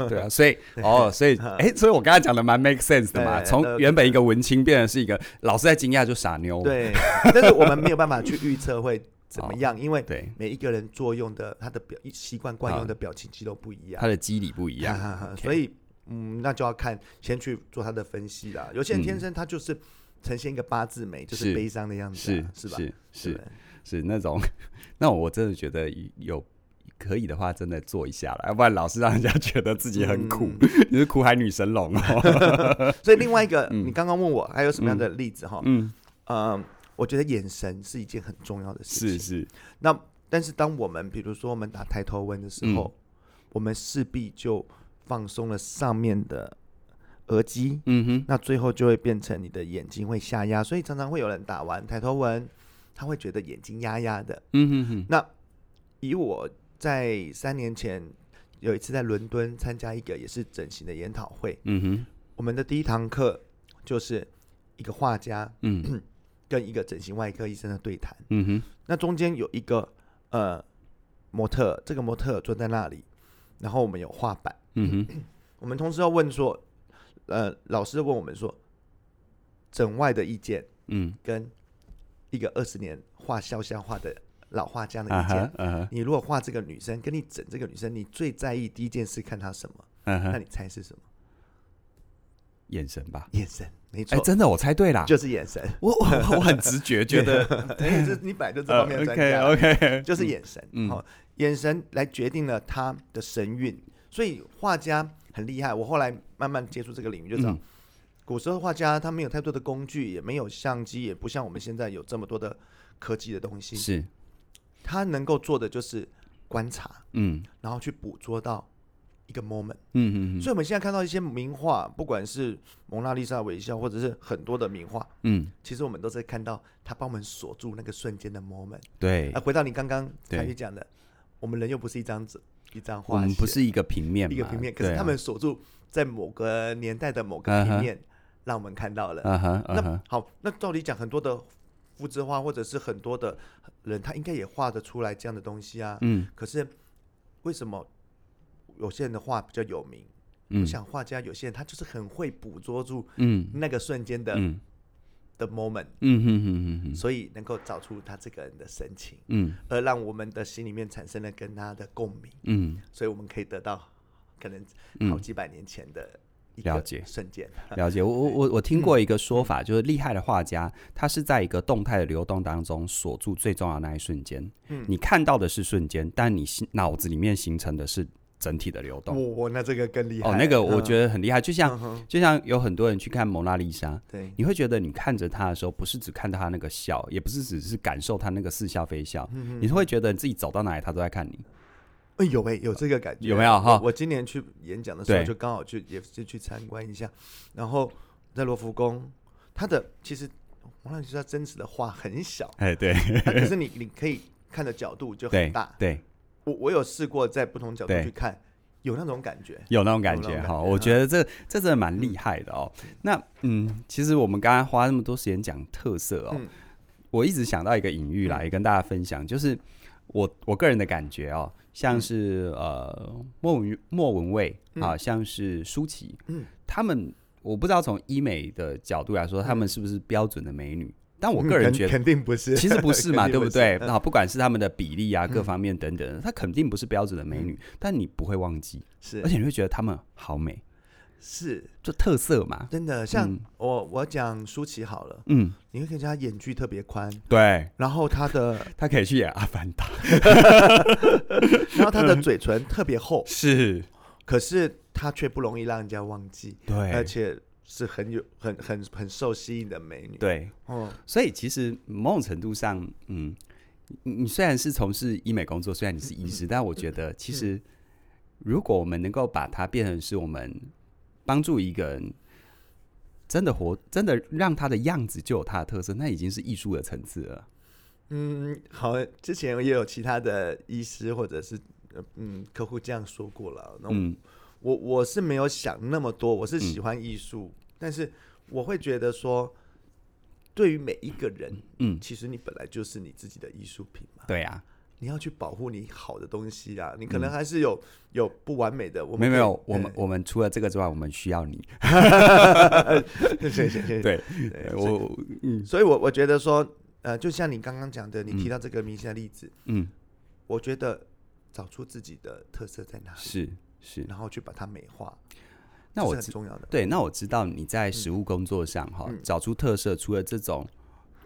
Speaker 1: 对啊，所 以哦，所以哎、所以我刚才讲的蛮 make sense 的嘛，
Speaker 2: 嗯哎对
Speaker 1: 从
Speaker 2: 那个
Speaker 1: 原本一个文青变成是一个老是在惊讶就傻妞，
Speaker 2: 对，但是我们没有办法去预测会怎么样，因为
Speaker 1: 对，嗯
Speaker 2: 每一个人作用的他的表习惯惯用的表情肌都不一样
Speaker 1: 他，的机理不一样，
Speaker 2: 哈哈哈
Speaker 1: OK
Speaker 2: 所以嗯，那就要看先去做他的分析啦。有些人天
Speaker 1: 嗯
Speaker 2: 生他就是呈现一个八字眉，就是是悲伤的样子
Speaker 1: 是
Speaker 2: 啊，
Speaker 1: 是
Speaker 2: 吧？对
Speaker 1: 是
Speaker 2: 不对
Speaker 1: 是那种，那我真的觉得有可以的话，真的做一下了，要不然老是让人家觉得自己
Speaker 2: 嗯
Speaker 1: 很苦，你是苦海女神龙 哦，
Speaker 2: 所以另外一个，你刚刚问我还有什么样的例子哈？
Speaker 1: 嗯，
Speaker 2: 嗯，我觉得眼神是一件很重要的事
Speaker 1: 是
Speaker 2: 情。
Speaker 1: 是，
Speaker 2: 那但是当我们比如说我们打抬头纹的时候，
Speaker 1: 嗯
Speaker 2: 我们势必就放松了上面的额肌，
Speaker 1: 嗯哼，
Speaker 2: 那最后就会变成你的眼睛会下压，所以常常会有人打完抬头纹，他会觉得眼睛压压的。
Speaker 1: 嗯哼哼，
Speaker 2: 那以我在三年前有一次在伦敦参加一个也是整形的研讨会，
Speaker 1: 嗯哼，
Speaker 2: 我们的第一堂课就是一个画家
Speaker 1: 嗯
Speaker 2: 跟一个整形外科医生的对谈。
Speaker 1: 嗯哼，
Speaker 2: 那中间有一个呃模特儿，这个模特儿坐在那里，然后我们有画板，
Speaker 1: 嗯哼，
Speaker 2: 我们同时要问说，呃，老师问我们说，整外的意见
Speaker 1: 嗯，
Speaker 2: 跟一个二十年画肖像画的老画家的
Speaker 1: 啊
Speaker 2: 意见，
Speaker 1: 哈，啊哈，
Speaker 2: 你如果画这个女生，跟你整这个女生，你最在意第一件事看她什么？
Speaker 1: 啊
Speaker 2: 那
Speaker 1: 哈，
Speaker 2: 你猜是什么？
Speaker 1: 眼神吧，
Speaker 2: 眼神，没错，
Speaker 1: 哎，真的我猜对啦，
Speaker 2: 就是眼神。
Speaker 1: 我我我很直觉觉得
Speaker 2: 哎这你本来就这方面的专家啦。
Speaker 1: 啊哦 OK OK，
Speaker 2: 就是眼神，
Speaker 1: 嗯
Speaker 2: 哦，眼神来决定了他的神韵。所以画家很厉害，我后来慢慢接触这个领域就知道，
Speaker 1: 嗯
Speaker 2: 古时候画家他没有太多的工具，也没有相机，也不像我们现在有这么多的科技的东西，
Speaker 1: 是
Speaker 2: 他能够做的就是观察，
Speaker 1: 嗯
Speaker 2: 然后去捕捉到。一个 moment，
Speaker 1: 嗯嗯
Speaker 2: 所以我们现在看到一些名画，不管是蒙娜丽莎微笑，或者是很多的名画，
Speaker 1: 嗯，
Speaker 2: 其实我们都是看到他帮我们锁住那个瞬间的 moment。
Speaker 1: 对
Speaker 2: 啊，，回到你刚刚
Speaker 1: 对
Speaker 2: 才宇讲的，我们人又不是一张纸，一张
Speaker 1: 我
Speaker 2: 画，
Speaker 1: 们不是一个平面嘛，
Speaker 2: 一个平面，可
Speaker 1: 对
Speaker 2: 是
Speaker 1: 啊
Speaker 2: 他们锁住在某个年代的某个
Speaker 1: 嗯哼
Speaker 2: 平面，让我们看到了。
Speaker 1: 啊哈啊
Speaker 2: 那
Speaker 1: 哈，
Speaker 2: 好，那照理讲，很多的复制画或者是很多的人，他应该也画得出来这样的东西啊。
Speaker 1: 嗯
Speaker 2: 可是为什么有些人的画比较有名？我
Speaker 1: 嗯
Speaker 2: 想画家有些人他就是很会捕捉住
Speaker 1: 嗯
Speaker 2: 那个瞬间的、
Speaker 1: 嗯
Speaker 2: 的 moment，
Speaker 1: 嗯哼哼哼哼，
Speaker 2: 所以能够找出他这个人的神情，
Speaker 1: 嗯
Speaker 2: 而让我们的心里面产生了跟他的共鸣。
Speaker 1: 嗯
Speaker 2: 所以我们可以得到可能好
Speaker 1: 嗯，
Speaker 2: 几百年前的一
Speaker 1: 了
Speaker 2: 个
Speaker 1: 解
Speaker 2: 瞬间。
Speaker 1: 了解。我我我我听过一个说法，就是厉害的画家，他是在一个动态的流动当中锁住最重要的那一瞬间。
Speaker 2: 嗯
Speaker 1: 你看到的是瞬间，但你心脑子里面形成的是整体的流
Speaker 2: 我
Speaker 1: 动。
Speaker 2: 我那这个更厉害嗯
Speaker 1: 哦，那个我觉
Speaker 2: 得
Speaker 1: 得很厉害，就像
Speaker 2: 嗯哼
Speaker 1: 就像有很多人去看蒙娜丽莎，
Speaker 2: 对，
Speaker 1: 你会觉得你看着他的时候，不是只看到他那个笑，也不是只是感受他那个似笑非笑，
Speaker 2: 嗯
Speaker 1: 你是会觉得你自己走到哪里，他都在看 你。
Speaker 2: 哎有哎有这个感觉
Speaker 1: 有没有哈
Speaker 2: 我我今年去演讲的时候，
Speaker 1: 对
Speaker 2: 就刚好去也是去参观一下，然后在罗浮宫，它的其实王老师他真实的画
Speaker 1: ，
Speaker 2: 很小
Speaker 1: 哎，对，
Speaker 2: 它可是你你可以看的角度就很
Speaker 1: 对
Speaker 2: 大，。
Speaker 1: 对，
Speaker 2: 我我有试过在不同角度
Speaker 1: 对
Speaker 2: 去看，有那种感觉。
Speaker 1: 有那种感
Speaker 2: 有那
Speaker 1: 觉
Speaker 2: 种感
Speaker 1: 哈。
Speaker 2: 觉嗯
Speaker 1: 我觉得这这真的蛮厉害的哦。那嗯，其实我们刚刚花那么多时间讲特色哦
Speaker 2: 嗯，
Speaker 1: 我一直想到一个隐喻来跟大家分享，就是我我个人的感觉哦，像是
Speaker 2: 嗯
Speaker 1: 呃莫文莫文蔚啊，像是舒淇，
Speaker 2: 嗯
Speaker 1: 他们我不知道从医美的角度来说，他们是不是标准的美女，但我
Speaker 2: 嗯
Speaker 1: 个人
Speaker 2: 肯
Speaker 1: 觉得
Speaker 2: 肯定不 是，
Speaker 1: 其实不是嘛， 对
Speaker 2: 肯定
Speaker 1: 不
Speaker 2: 是
Speaker 1: 对？
Speaker 2: 嗯
Speaker 1: 那不管是他们的比例啊，各方面等等的，她肯定不是标准的美女，
Speaker 2: 嗯
Speaker 1: 但你不会忘记，而
Speaker 2: 是
Speaker 1: 且你会觉得她们好美，
Speaker 2: 是
Speaker 1: 就特色嘛。
Speaker 2: 真的，像
Speaker 1: 嗯
Speaker 2: 我我讲舒淇好了，
Speaker 1: 嗯，
Speaker 2: 你会看见她眼距特别宽，
Speaker 1: 对，
Speaker 2: 然后她的，
Speaker 1: 她可以去演阿凡达，
Speaker 2: 然后她的嘴唇特别厚，
Speaker 1: 是，
Speaker 2: 可是她却不容易让人家忘记，而
Speaker 1: 对，
Speaker 2: 且是很有很很很受吸引的美女。
Speaker 1: 对，
Speaker 2: 哦，
Speaker 1: 所以其实某种程度上，嗯，你你虽然是从事医美工作，虽然你是医师，但我觉得其实如果我们能够把它变成是我们帮助一个人真的活，真的让他的样子就有他的特色，那已经是艺术的层次了。
Speaker 2: 嗯，好，之前也有其他的医师或者是呃嗯客户这样说过了。那我、
Speaker 1: 嗯
Speaker 2: 我我是没有想那么多，我是喜欢艺术，但是我会觉得说，对于每一个人，
Speaker 1: 嗯，
Speaker 2: 其实你本来就是你自己的艺术品嘛，
Speaker 1: 对啊，
Speaker 2: 你要去保护你好的东西啊，你可能还是有、有不完美的。我们
Speaker 1: 嗯没有没
Speaker 2: 可以呃
Speaker 1: 有，我们
Speaker 2: 对
Speaker 1: 我们除了这个之外，我们需要你。
Speaker 2: 对对对对，
Speaker 1: 对，
Speaker 2: 对所以
Speaker 1: 我嗯
Speaker 2: 所以我我觉得说，呃，就像你刚刚讲的，你提到这个明星的例子，
Speaker 1: 嗯
Speaker 2: 我觉得找出自己的特色在哪里，
Speaker 1: 是是。
Speaker 2: 然后去把它美化，
Speaker 1: 那
Speaker 2: 这
Speaker 1: 我
Speaker 2: 是
Speaker 1: 知
Speaker 2: 很重要的。
Speaker 1: 对，那我知道你在实务工作上哈，
Speaker 2: 嗯
Speaker 1: 找出特色，除了这种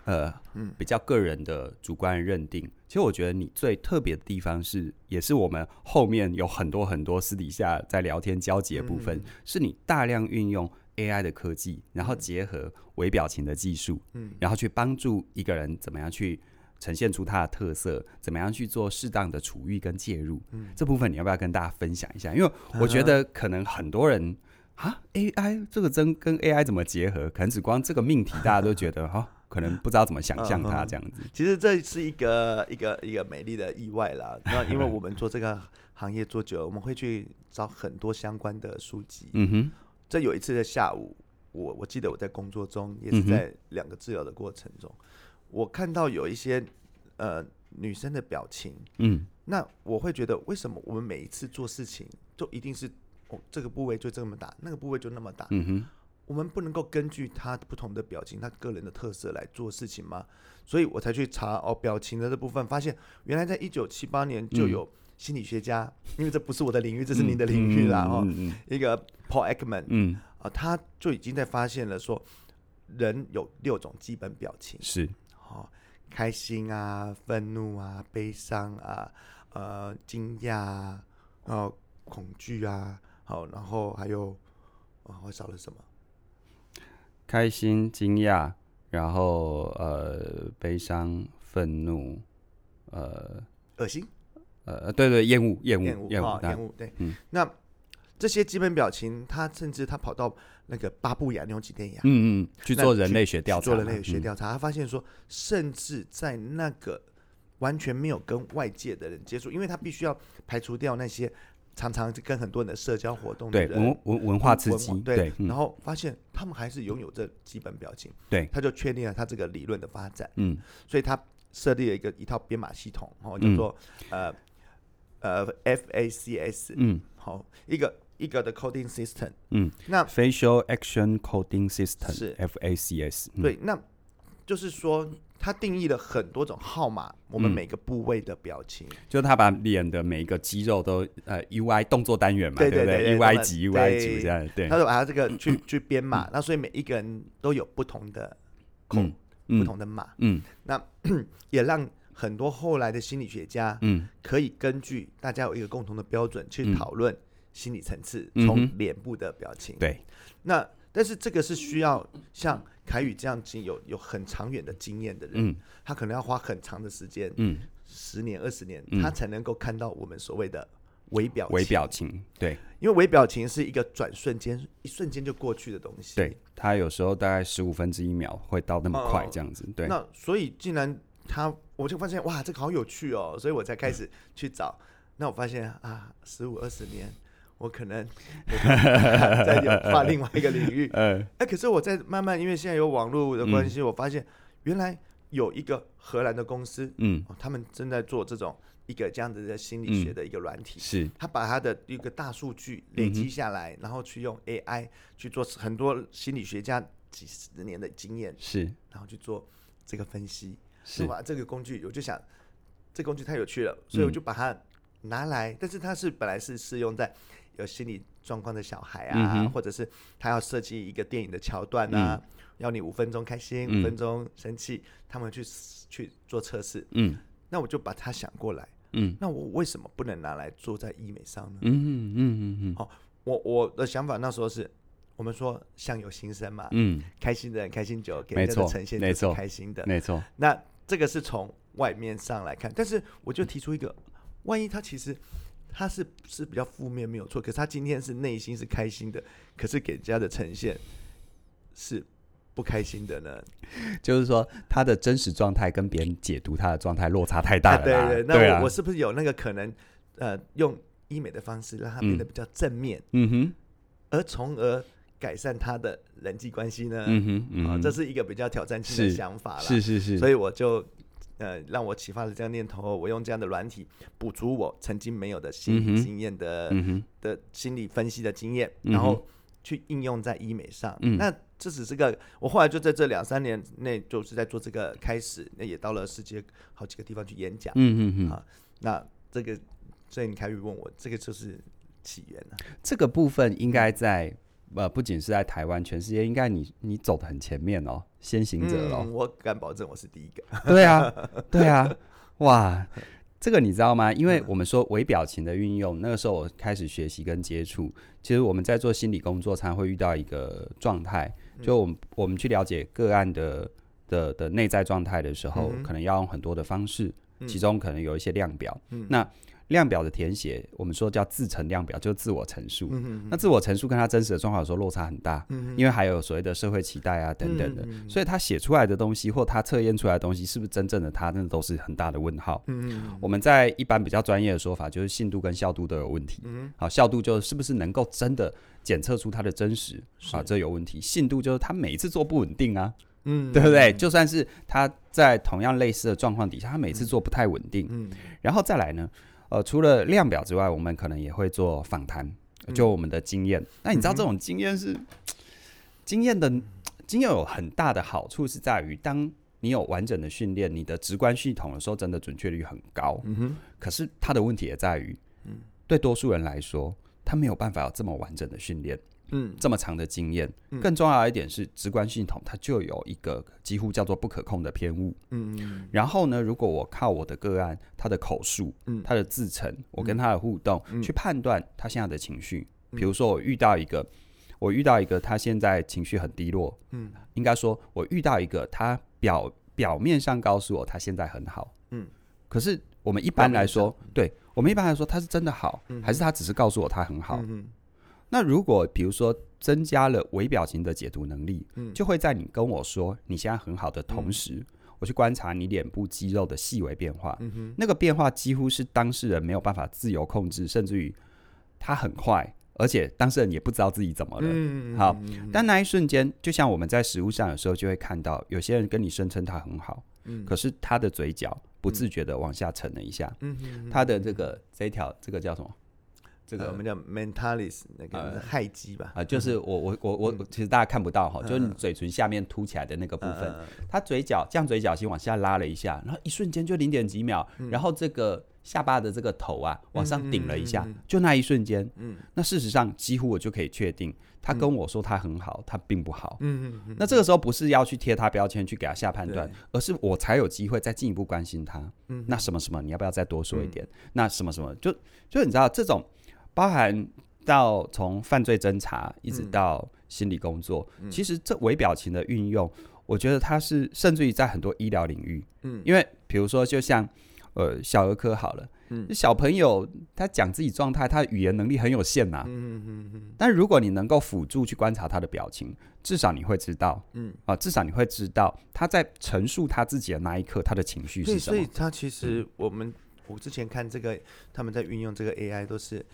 Speaker 1: 呃
Speaker 2: 嗯
Speaker 1: 比较个人的主观认定，其实我觉得你最特别的地方是，也是我们后面有很多很多私底下在聊天交集的部分，
Speaker 2: 嗯
Speaker 1: 是你大量运用 AI 的科技，然后结合微表情的技术，
Speaker 2: 嗯
Speaker 1: 然后去帮助一个人怎么样去。呈现出他的特色，怎么样去做适当的处遇跟介入？
Speaker 2: 嗯啊
Speaker 1: 这部分你要不要跟大家分享一下？因为我觉得可能很多人啊，AI 这个真跟 AI 怎么结合？可能只光这个命题，大家都觉 得哈、可能不知道怎么想象
Speaker 2: 啊
Speaker 1: 它这样子。
Speaker 2: 其实这是一个一个一个美丽的意外啦。那因为我们做这个行业做久了，我们会去找很多相关的书籍。
Speaker 1: 嗯哼，
Speaker 2: 这有一次的下午，我我记得我在工作中，也是
Speaker 1: 嗯哼
Speaker 2: 在两个治疗的过程中，我看到有一些呃女生的表情，
Speaker 1: 嗯
Speaker 2: 那我会觉得为什么我们每一次做事情就一定是哦这个部位就这么大，那个部位就那么大？
Speaker 1: 嗯哼，
Speaker 2: 我们不能够根据他不同的表情、他个人的特色来做事情吗？所以我才去查哦，表情的这部分，发现原来在一九七八年
Speaker 1: 嗯
Speaker 2: 就有心理学家，因为这不是我的领域，这是你的领域啦、哦，
Speaker 1: 嗯
Speaker 2: 一个 Paul Ekman 啊、
Speaker 1: 嗯，嗯
Speaker 2: 他就已经在发现了说，人有六种基本表情，
Speaker 1: 是，
Speaker 2: 哦，开心啊、愤怒啊、悲伤啊、呃、惊讶啊、哦、恐惧啊，好、然后还有哦，我少了什么？
Speaker 1: 开心、惊讶，然后呃，悲伤、愤怒，呃
Speaker 2: 恶心。
Speaker 1: 呃，对对，厌恶、厌
Speaker 2: 厌
Speaker 1: 恶
Speaker 2: 恶、
Speaker 1: 厌
Speaker 2: 啊
Speaker 1: 恶，，
Speaker 2: 厌
Speaker 1: 恶，
Speaker 2: 恶，对，
Speaker 1: 嗯
Speaker 2: 那这些基本表情，他甚至他跑到那个巴布亚纽几内亚
Speaker 1: 嗯嗯，去
Speaker 2: 那
Speaker 1: 做人类学调查，
Speaker 2: 做人类学
Speaker 1: 嗯
Speaker 2: 调查，他发现说，甚至在那个完全没有跟外界的人接触，因为他必须要排除掉那些常常跟很多人的社交活动
Speaker 1: 对
Speaker 2: 的人。
Speaker 1: 文文文化刺
Speaker 2: 文
Speaker 1: 激，
Speaker 2: 对，
Speaker 1: 嗯
Speaker 2: 然后发现他们还是拥有这基本表情，
Speaker 1: 对
Speaker 2: 他就确定了他这个理论的发展，
Speaker 1: 嗯，
Speaker 2: 所以他设立了一个一套编码系统，哦，
Speaker 1: 嗯
Speaker 2: 叫做、呃呃 FACS，
Speaker 1: 嗯
Speaker 2: 好，哦一个一个的 coding system。
Speaker 1: 嗯
Speaker 2: 那
Speaker 1: ，facial action coding system
Speaker 2: 是
Speaker 1: FACS，嗯
Speaker 2: 对，那就是说，它定义了很多种号码，我
Speaker 1: 嗯
Speaker 2: 们每个部位的表情。
Speaker 1: 就是他把脸的每一个肌肉都呃 UI 动作单元嘛，
Speaker 2: 对
Speaker 1: 不？E
Speaker 2: 对对对
Speaker 1: UI
Speaker 2: 他们
Speaker 1: 级 UI 级
Speaker 2: 对
Speaker 1: 这样，对，嗯
Speaker 2: 它就把它这个去去编码，那所以每一个人都有不同的口、
Speaker 1: 嗯
Speaker 2: 不
Speaker 1: 嗯
Speaker 2: 同的码，
Speaker 1: 嗯
Speaker 2: 也让很多后来的心理学家
Speaker 1: 嗯
Speaker 2: 可以根据大家有一个共同的标准去
Speaker 1: 嗯
Speaker 2: 讨论心理层次，
Speaker 1: 嗯
Speaker 2: 从
Speaker 1: 哼
Speaker 2: 脸部的表情。
Speaker 1: 对，
Speaker 2: 那但是这个是需要像凯宇这样经有有很长远的经验的人，
Speaker 1: 嗯
Speaker 2: 他可能要花很长的时间，
Speaker 1: 嗯，
Speaker 2: 十年、二十年，
Speaker 1: 嗯
Speaker 2: 他才能够看到我们所谓的微表情。
Speaker 1: 微，表情，对
Speaker 2: 因为微表情是一个转瞬间、一瞬间就过去的东西。
Speaker 1: 对，，他有时候大概十五分之一秒会到那么快这样子，对，
Speaker 2: 哦那所以竟然他，我就发现哇，这个好有趣哦，所以我才开始 去找。那我发现啊，十五二十年，我可能呃我可能再有跨另外一个领 域。
Speaker 1: 呃
Speaker 2: 哎、可是我在慢慢，因为现在有网络的关
Speaker 1: 嗯
Speaker 2: 系，我发现原来有一个荷兰的公司，
Speaker 1: 嗯
Speaker 2: 哦，他们正在做这种一个这样子的心理学的一个软体。
Speaker 1: 是
Speaker 2: 他把他的一个大数据累
Speaker 1: 嗯
Speaker 2: 积
Speaker 1: 哼
Speaker 2: 下来，然后去用 AI 去做很多心理学家几十年的经验，
Speaker 1: 是
Speaker 2: 然后去做这个分析。
Speaker 1: 是
Speaker 2: 哇，这个工具我就想，这工具太有趣了，所以我
Speaker 1: 嗯
Speaker 2: 就把它拿来。但是它是本来是适用在有心理状况的小孩
Speaker 1: 嗯
Speaker 2: 啊，
Speaker 1: 哼
Speaker 2: 或者是他要设计一个电影的桥段啊，要你五分钟开心，五、
Speaker 1: 嗯
Speaker 2: 分钟生气，他们去去做测试。
Speaker 1: 嗯
Speaker 2: 那我就把它想过来，
Speaker 1: 嗯
Speaker 2: 那我为什么不能拿来做在医美上呢？
Speaker 1: 嗯嗯嗯嗯
Speaker 2: 我我的想法那时候是，我们说相由心生嘛，
Speaker 1: 嗯，
Speaker 2: 开心的人开心久，给
Speaker 1: 没
Speaker 2: 人家的
Speaker 1: 错
Speaker 2: 呈现
Speaker 1: 没
Speaker 2: 就是
Speaker 1: 错
Speaker 2: 开心的。
Speaker 1: 没错，
Speaker 2: 那这个是从外面上来看。但是我就提出一个，万一他其实他是是比较负面没有错，可是他今天是内心是开心的，可是给人家的呈现是不开心的呢？
Speaker 1: 就是说他的真实状态跟别人解读他的状态落差太大
Speaker 2: 啊
Speaker 1: 了
Speaker 2: 对
Speaker 1: 啦、
Speaker 2: 对，那
Speaker 1: 对
Speaker 2: 我,、
Speaker 1: 啊
Speaker 2: 我，是不是有那个可能，呃，用医美的方式让他变得比较正面，
Speaker 1: 嗯哼，
Speaker 2: 而从而改善他的人际关系呢？
Speaker 1: 嗯哼，嗯
Speaker 2: 啊、
Speaker 1: 哼，
Speaker 2: 这是一个比较挑战性的
Speaker 1: 是
Speaker 2: 想法啦。
Speaker 1: 是是是，
Speaker 2: 所
Speaker 1: 以
Speaker 2: 以我就呃让我启发了这样念头，我用这样的软体补足我曾经没有的
Speaker 1: 嗯
Speaker 2: 心理
Speaker 1: 哼
Speaker 2: 经验的、
Speaker 1: 嗯哼，
Speaker 2: 的心理分析的经验，
Speaker 1: 嗯哼
Speaker 2: 然后去应用在医美上。
Speaker 1: 嗯
Speaker 2: 那这只是个，我后来就在这两三年内就是在做这个开始，那也到了世界好几个地方去演讲。
Speaker 1: 嗯哼
Speaker 2: 啊
Speaker 1: 哼，
Speaker 2: 那这个，所以你开始问我，这个就是起源啊了、
Speaker 1: 这个部分应该在呃，不仅是在台湾，全世界应该你你走的很前面哦，先行者哦。
Speaker 2: 嗯，我敢保证我是第一个。
Speaker 1: 对啊，对啊，哇，这个你知道吗？因为我们说微表情的运用，那个时候我开始学习跟接触，其实我们在做心理工作，常会遇到一个状态，就我们我们去了解个案的的的内在状态的时候，
Speaker 2: 嗯哼
Speaker 1: 可能要用很多的方式，
Speaker 2: 嗯
Speaker 1: 其中可能有一些量表。
Speaker 2: 嗯
Speaker 1: 那量表的填写，我们说叫自成量表，就是自我陈述。
Speaker 2: 嗯哼
Speaker 1: 那自我陈述跟他真实的状况有时候落差很大，
Speaker 2: 嗯哼
Speaker 1: 因为还有所谓的社会期待啊等等的，
Speaker 2: 嗯嗯嗯
Speaker 1: 所以他写出来的东西或他测验出来的东西是不是真正的他，那都是很大的问号。
Speaker 2: 嗯嗯
Speaker 1: 我们在一般比较专业的说法，就是信度跟效度都有问题。
Speaker 2: 嗯
Speaker 1: 好，效度就是不是能够真的检测出它的真实啊，
Speaker 2: 是
Speaker 1: 这有问题。信度就是他每一次做不稳定啊，
Speaker 2: 嗯
Speaker 1: 对不对？？就算是他在同样类似的状况底下，他每次做不太稳定，
Speaker 2: 嗯
Speaker 1: 然后再来呢，呃，除了量表之外，我们可能也会做访谈，
Speaker 2: 嗯
Speaker 1: 就我们的经验。那你知道这种经验是、经验的经验有很大的好处是在于，当你有完整的训练，你的直观系统的时候，真的准确率很高。
Speaker 2: 嗯哼
Speaker 1: 可是它的问题也在于，对多数人来说，他没有办法有这么完整的训练，
Speaker 2: 嗯
Speaker 1: 这么长的经验。
Speaker 2: 嗯
Speaker 1: 更重要的一点是，直观系统它就有一个几乎叫做不可控的偏误。
Speaker 2: 嗯嗯
Speaker 1: 然后呢，如果我靠我的个案，他的口述，
Speaker 2: 嗯
Speaker 1: 他的自陈，我跟他的互动，
Speaker 2: 嗯
Speaker 1: 去判断他现在的情绪。
Speaker 2: 嗯
Speaker 1: 比如说，我遇到一个，我遇到一个他现在情绪很低落，
Speaker 2: 嗯
Speaker 1: 应该说，我遇到一个他表表面上告诉我他现在很好，
Speaker 2: 嗯，
Speaker 1: 可是我们一般来说
Speaker 2: 表，
Speaker 1: 对我们一般来说他是真的好，
Speaker 2: 嗯
Speaker 1: 还是他只是告诉我他很好？
Speaker 2: 嗯
Speaker 1: 那如果比如说增加了微表情的解读能力，
Speaker 2: 嗯
Speaker 1: 就会在你跟我说你现在很好的同时，我去观察你脸部肌肉的细微变化，
Speaker 2: 嗯哼
Speaker 1: 那个变化几乎是当事人没有办法自由控制，甚至于他很快，而且当事人也不知道自己怎么了。
Speaker 2: 嗯
Speaker 1: 好
Speaker 2: 嗯
Speaker 1: 但那一瞬间，就像我们在食物上有时候就会看到，有些人跟你声称他很好，
Speaker 2: 嗯
Speaker 1: 可是他的嘴角不自觉的往下沉了一下，
Speaker 2: 嗯嗯呃
Speaker 1: 他的这个这一条这个叫什么？这个
Speaker 2: 这个我们叫 mentalis 那个
Speaker 1: 呃
Speaker 2: 害基吧
Speaker 1: 啊、，就是
Speaker 2: 嗯
Speaker 1: 我我我我，我其实大家看不到哈，就是你嘴唇下面凸起来的那个部
Speaker 2: 嗯
Speaker 1: 分，
Speaker 2: 嗯
Speaker 1: 他嘴角这样嘴角先往下拉了一下，然后一瞬间就零点几秒，
Speaker 2: 嗯
Speaker 1: 然后这个下巴的这个头啊往上顶了一下，
Speaker 2: 嗯嗯嗯
Speaker 1: 就那一瞬间，
Speaker 2: 嗯
Speaker 1: 那事实上几乎我就可以确定，他跟我说他很好，他并不好。
Speaker 2: 嗯嗯嗯
Speaker 1: 那这个时候不是要去贴他标签去给他下判断
Speaker 2: 对，
Speaker 1: 而是我才有机会再进一步关心他。
Speaker 2: 嗯
Speaker 1: 那什么什么，你要不要再多说一点？那什么什么，就就你知道这种包含到从犯罪侦查一
Speaker 2: 嗯
Speaker 1: 直到心理工作，其实这微表情的运用，我觉得它是甚至于在很多医疗领域，
Speaker 2: 嗯
Speaker 1: 因为比如说就像呃小儿科好了，
Speaker 2: 嗯
Speaker 1: 小朋友他讲自己状态，他语言能力很有限呐、
Speaker 2: 嗯嗯嗯
Speaker 1: 但如果你能够辅助去观察他的表情，至少你会知道，
Speaker 2: 嗯
Speaker 1: 啊，至少你会知道他在陈述他自己的那一刻，他的情绪
Speaker 2: 嗯，所
Speaker 1: 是
Speaker 2: 以
Speaker 1: 什么
Speaker 2: 所以。他其实我们我之前看这个他们在运用这个 AI 都是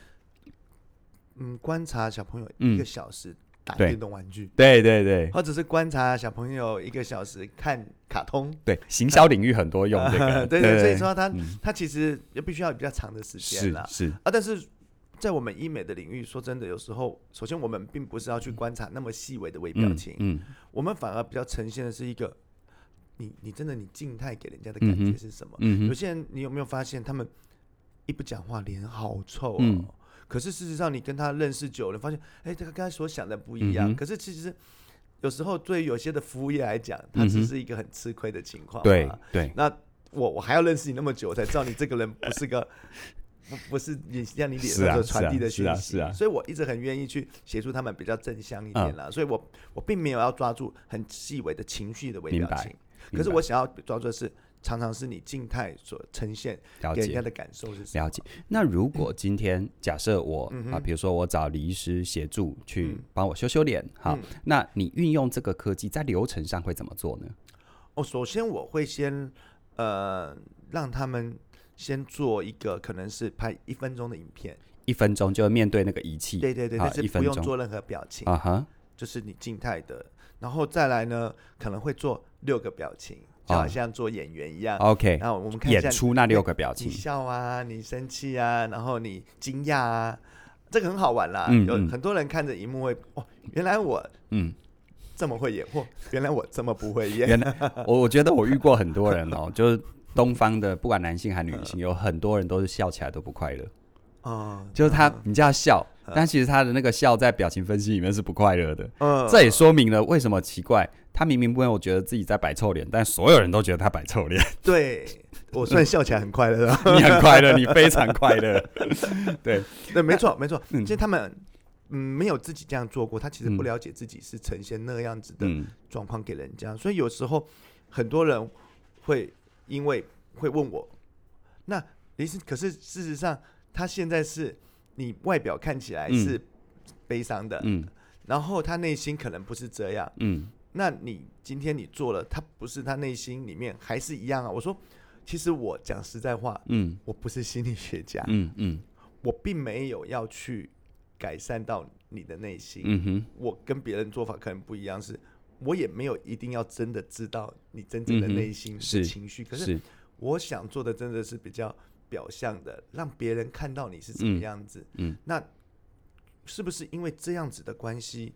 Speaker 2: 嗯观察小朋友一
Speaker 1: 嗯
Speaker 2: 个小时打
Speaker 1: 对
Speaker 2: 电动玩具。
Speaker 1: 对对对
Speaker 2: 或者是观察小朋友一个小时看卡通，
Speaker 1: 对，行销领域很多用这个，
Speaker 2: 对
Speaker 1: 对，
Speaker 2: 所以说他
Speaker 1: 嗯
Speaker 2: 他其实也必须要比较长的时间
Speaker 1: 是
Speaker 2: 啦。
Speaker 1: 是，
Speaker 2: 啊，但是在我们医美的领域，说真的，有时候首先我们并不是要去观察那么细微的微表
Speaker 1: 嗯
Speaker 2: 情，
Speaker 1: 嗯
Speaker 2: 我们反而比较呈现的是一个你你真的你静态给人家的
Speaker 1: 嗯
Speaker 2: 感觉
Speaker 1: 哼
Speaker 2: 是什么？
Speaker 1: 嗯
Speaker 2: 有
Speaker 1: 哼
Speaker 2: 些人你有没有发现他们一不讲话脸好臭哦？
Speaker 1: 嗯
Speaker 2: 可是事实上你跟他认识久了，发现哎，这个跟他所想的不一样。
Speaker 1: 嗯哼
Speaker 2: 可是其实有时候对于有些的服务业来讲，它只
Speaker 1: 嗯哼
Speaker 2: 是一个很吃亏的情况嘛。
Speaker 1: 对对，
Speaker 2: 那我我还要认识你那么久，我才知道你这个人不是个不不是你让你脸
Speaker 1: 是啊
Speaker 2: 上所
Speaker 1: 是
Speaker 2: 传
Speaker 1: 啊
Speaker 2: 递的
Speaker 1: 是
Speaker 2: 讯息，
Speaker 1: 啊是啊嗯
Speaker 2: 所以我一直很愿意去协助他们比较正向一点啦，所以我我并没有要抓住很细微的情绪的微
Speaker 1: 明
Speaker 2: 表
Speaker 1: 白
Speaker 2: 情，可是我想要抓住的是常常是你静态所呈现
Speaker 1: 了
Speaker 2: 给人家
Speaker 1: 解。
Speaker 2: 的感受是什么。
Speaker 1: 了解。那如果今天假设我、啊，
Speaker 2: 嗯哼
Speaker 1: 比如说我找李医师协助去
Speaker 2: 嗯
Speaker 1: 帮我修修脸，好，
Speaker 2: 嗯
Speaker 1: 那你运用这个科技在流程上会怎么做呢？
Speaker 2: 哦，首先我会先呃让他们先做一个可能是拍一分钟的影片，
Speaker 1: 一分钟就面对那个仪器，
Speaker 2: 对对对，
Speaker 1: 好
Speaker 2: 但是
Speaker 1: 一
Speaker 2: 不
Speaker 1: 分
Speaker 2: 用
Speaker 1: 钟
Speaker 2: 做任何表情，
Speaker 1: 啊哈，
Speaker 2: 就是你静态的。然后再来呢，可能会做六个表情，就
Speaker 1: 哦
Speaker 2: 好像做演员一样。
Speaker 1: OK，
Speaker 2: 然后我们啊看一下
Speaker 1: 演出那六个表
Speaker 2: 你
Speaker 1: 情，
Speaker 2: 笑啊，你生气啊，然后你惊讶啊，这个很好玩啦。
Speaker 1: 嗯
Speaker 2: 有
Speaker 1: 嗯
Speaker 2: 很多人看着荧幕会，哦，原来我
Speaker 1: 嗯，
Speaker 2: 这么会演，或原来我这么不会演。
Speaker 1: 原来嗯我我觉得我遇过很多人 哦，就是东方的，不管男性还女性，有很多人都是笑起来都不快乐，
Speaker 2: 哦，
Speaker 1: 就是他
Speaker 2: 嗯，
Speaker 1: 你叫他笑，
Speaker 2: 嗯
Speaker 1: 但其实他的那个笑在表情分析里面是不快乐的，
Speaker 2: 嗯
Speaker 1: 这也说明了为什么奇怪，他明明不会，我觉得自己在摆臭脸，但所有人都觉得他摆臭脸，
Speaker 2: 对
Speaker 1: 嗯
Speaker 2: 我算笑起来很快乐的。
Speaker 1: 你很快乐，你非常快乐，对，
Speaker 2: 对，没错，没错。
Speaker 1: 嗯
Speaker 2: 其实他们嗯没有自己这样做过，他其实
Speaker 1: 嗯
Speaker 2: 不了解自己是呈现那样子的
Speaker 1: 嗯，
Speaker 2: 状况给人家，所以有时候很多人会因为会问我，那李是可是事实上他现在是你外表看起来
Speaker 1: 嗯
Speaker 2: 是悲伤的，
Speaker 1: 嗯
Speaker 2: 然后他内心可能不是这样，
Speaker 1: 嗯
Speaker 2: 那你今天你做了，他不是他内心里面还是一样啊？我说，其实我讲实在话，
Speaker 1: 嗯
Speaker 2: 我不是心理学家，
Speaker 1: 嗯嗯
Speaker 2: 我并没有要去改善到你的内心。
Speaker 1: 嗯哼，
Speaker 2: 我跟别人做法可能不一样是，我也没有一定要真的知道你真正的
Speaker 1: 嗯哼
Speaker 2: 内心
Speaker 1: 是
Speaker 2: 的情绪。可是
Speaker 1: 是，
Speaker 2: 我想做的真的是比较表象的，让别人看到你是怎么样子。
Speaker 1: 嗯嗯
Speaker 2: 那是不是因为这样子的关系，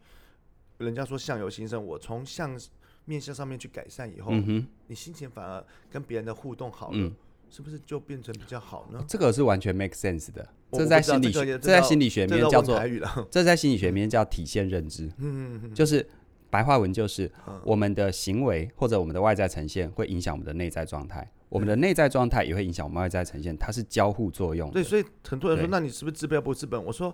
Speaker 2: 人家说相由心生，我从相面相上面去改善以后，
Speaker 1: 嗯哼。
Speaker 2: 你心情反而跟别人的互动好了，
Speaker 1: 嗯
Speaker 2: 是不是就变成比较好呢？
Speaker 1: 这个是完全 make sense 的，
Speaker 2: 我
Speaker 1: 这
Speaker 2: 我
Speaker 1: 在
Speaker 2: 不知道
Speaker 1: 心理
Speaker 2: 这个
Speaker 1: 学，
Speaker 2: 也
Speaker 1: 这在心理学
Speaker 2: 这
Speaker 1: 里面
Speaker 2: 要
Speaker 1: 叫
Speaker 2: 问
Speaker 1: 做
Speaker 2: 台语了，
Speaker 1: 这在心理学里面叫体现认知，
Speaker 2: 嗯，嗯嗯
Speaker 1: 就是白话文就是
Speaker 2: 嗯
Speaker 1: 我们的行为或者我们的外在呈现会影响我们的内在状态，我们的内在状态也会影响我们外在呈现，它是交互作用
Speaker 2: 对，
Speaker 1: 的。
Speaker 2: 所以很多人说，
Speaker 1: 对
Speaker 2: 那你是不是治标不治本？我说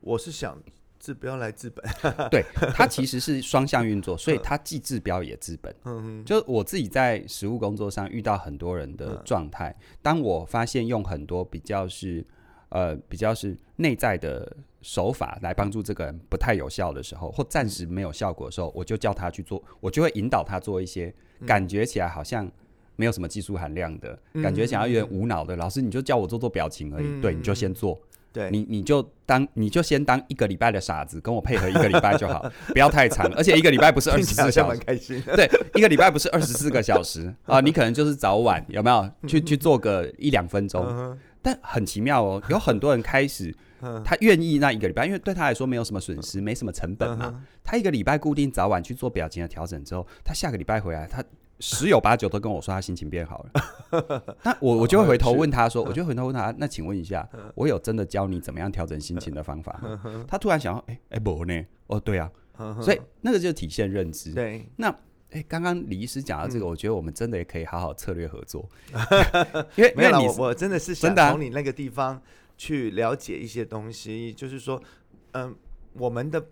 Speaker 2: 我是想治标来治本，
Speaker 1: 对，它其实是双向运作，所以它既治标也治本。
Speaker 2: 嗯，
Speaker 1: 就是我自己在实务工作上遇到很多人的
Speaker 2: 嗯
Speaker 1: 状态，当我发现用很多比较是呃比较是内在的手法来帮助这个人不太有效的时候，或暂时没有效果的时候，我就叫他去做，我就会引导他做一些感觉起来好像。没有什么技术含量的
Speaker 2: 嗯
Speaker 1: 感觉，想要有点无脑的。老师，你就叫我做做表情而已，
Speaker 2: 嗯
Speaker 1: 对，你就先做，
Speaker 2: 对，
Speaker 1: 你你就当你就先当一个礼拜的傻子，跟我配合一个礼拜就好，不要太长，而且一个礼拜不 是二
Speaker 2: 听
Speaker 1: 十
Speaker 2: 起来
Speaker 1: 四
Speaker 2: 好像
Speaker 1: 小
Speaker 2: 蛮
Speaker 1: 时，
Speaker 2: 开心的，
Speaker 1: 对，一个礼拜不是二十四个小时啊，你可能就是早晚有没有去去做个一两分钟？
Speaker 2: 嗯
Speaker 1: 但很奇妙哦，有很多人开始
Speaker 2: 哼
Speaker 1: 他愿意那一个礼拜，因为对他来说没有什么损失，没什么成本
Speaker 2: 嗯
Speaker 1: 嘛。
Speaker 2: 哼
Speaker 1: 他一个礼拜固定早晚去做表情的调整之后，他下个礼拜回来，他十有八九都跟我说他心情变好了。 那我我就会回头问他
Speaker 2: 哦
Speaker 1: 说，我就回头问他，啊那请问一下，
Speaker 2: 嗯
Speaker 1: 我有真的教你怎么样调整心情的方法吗？他突然想到，哎、哎不呢，哦对啊，
Speaker 2: 嗯哼嗯
Speaker 1: 所以那个就是体现认知。
Speaker 2: 对，
Speaker 1: 那哎，刚刚李医师讲
Speaker 2: 嗯
Speaker 1: 到这个，我觉得我们真的也可以好好策略合 作，因为因
Speaker 2: 没有
Speaker 1: 为
Speaker 2: 啦，
Speaker 1: 你
Speaker 2: 我
Speaker 1: 是
Speaker 2: 我真的是
Speaker 1: 真
Speaker 2: 想
Speaker 1: 的啊
Speaker 2: 从你那个地方去了解一些东西，就是说，嗯，我们的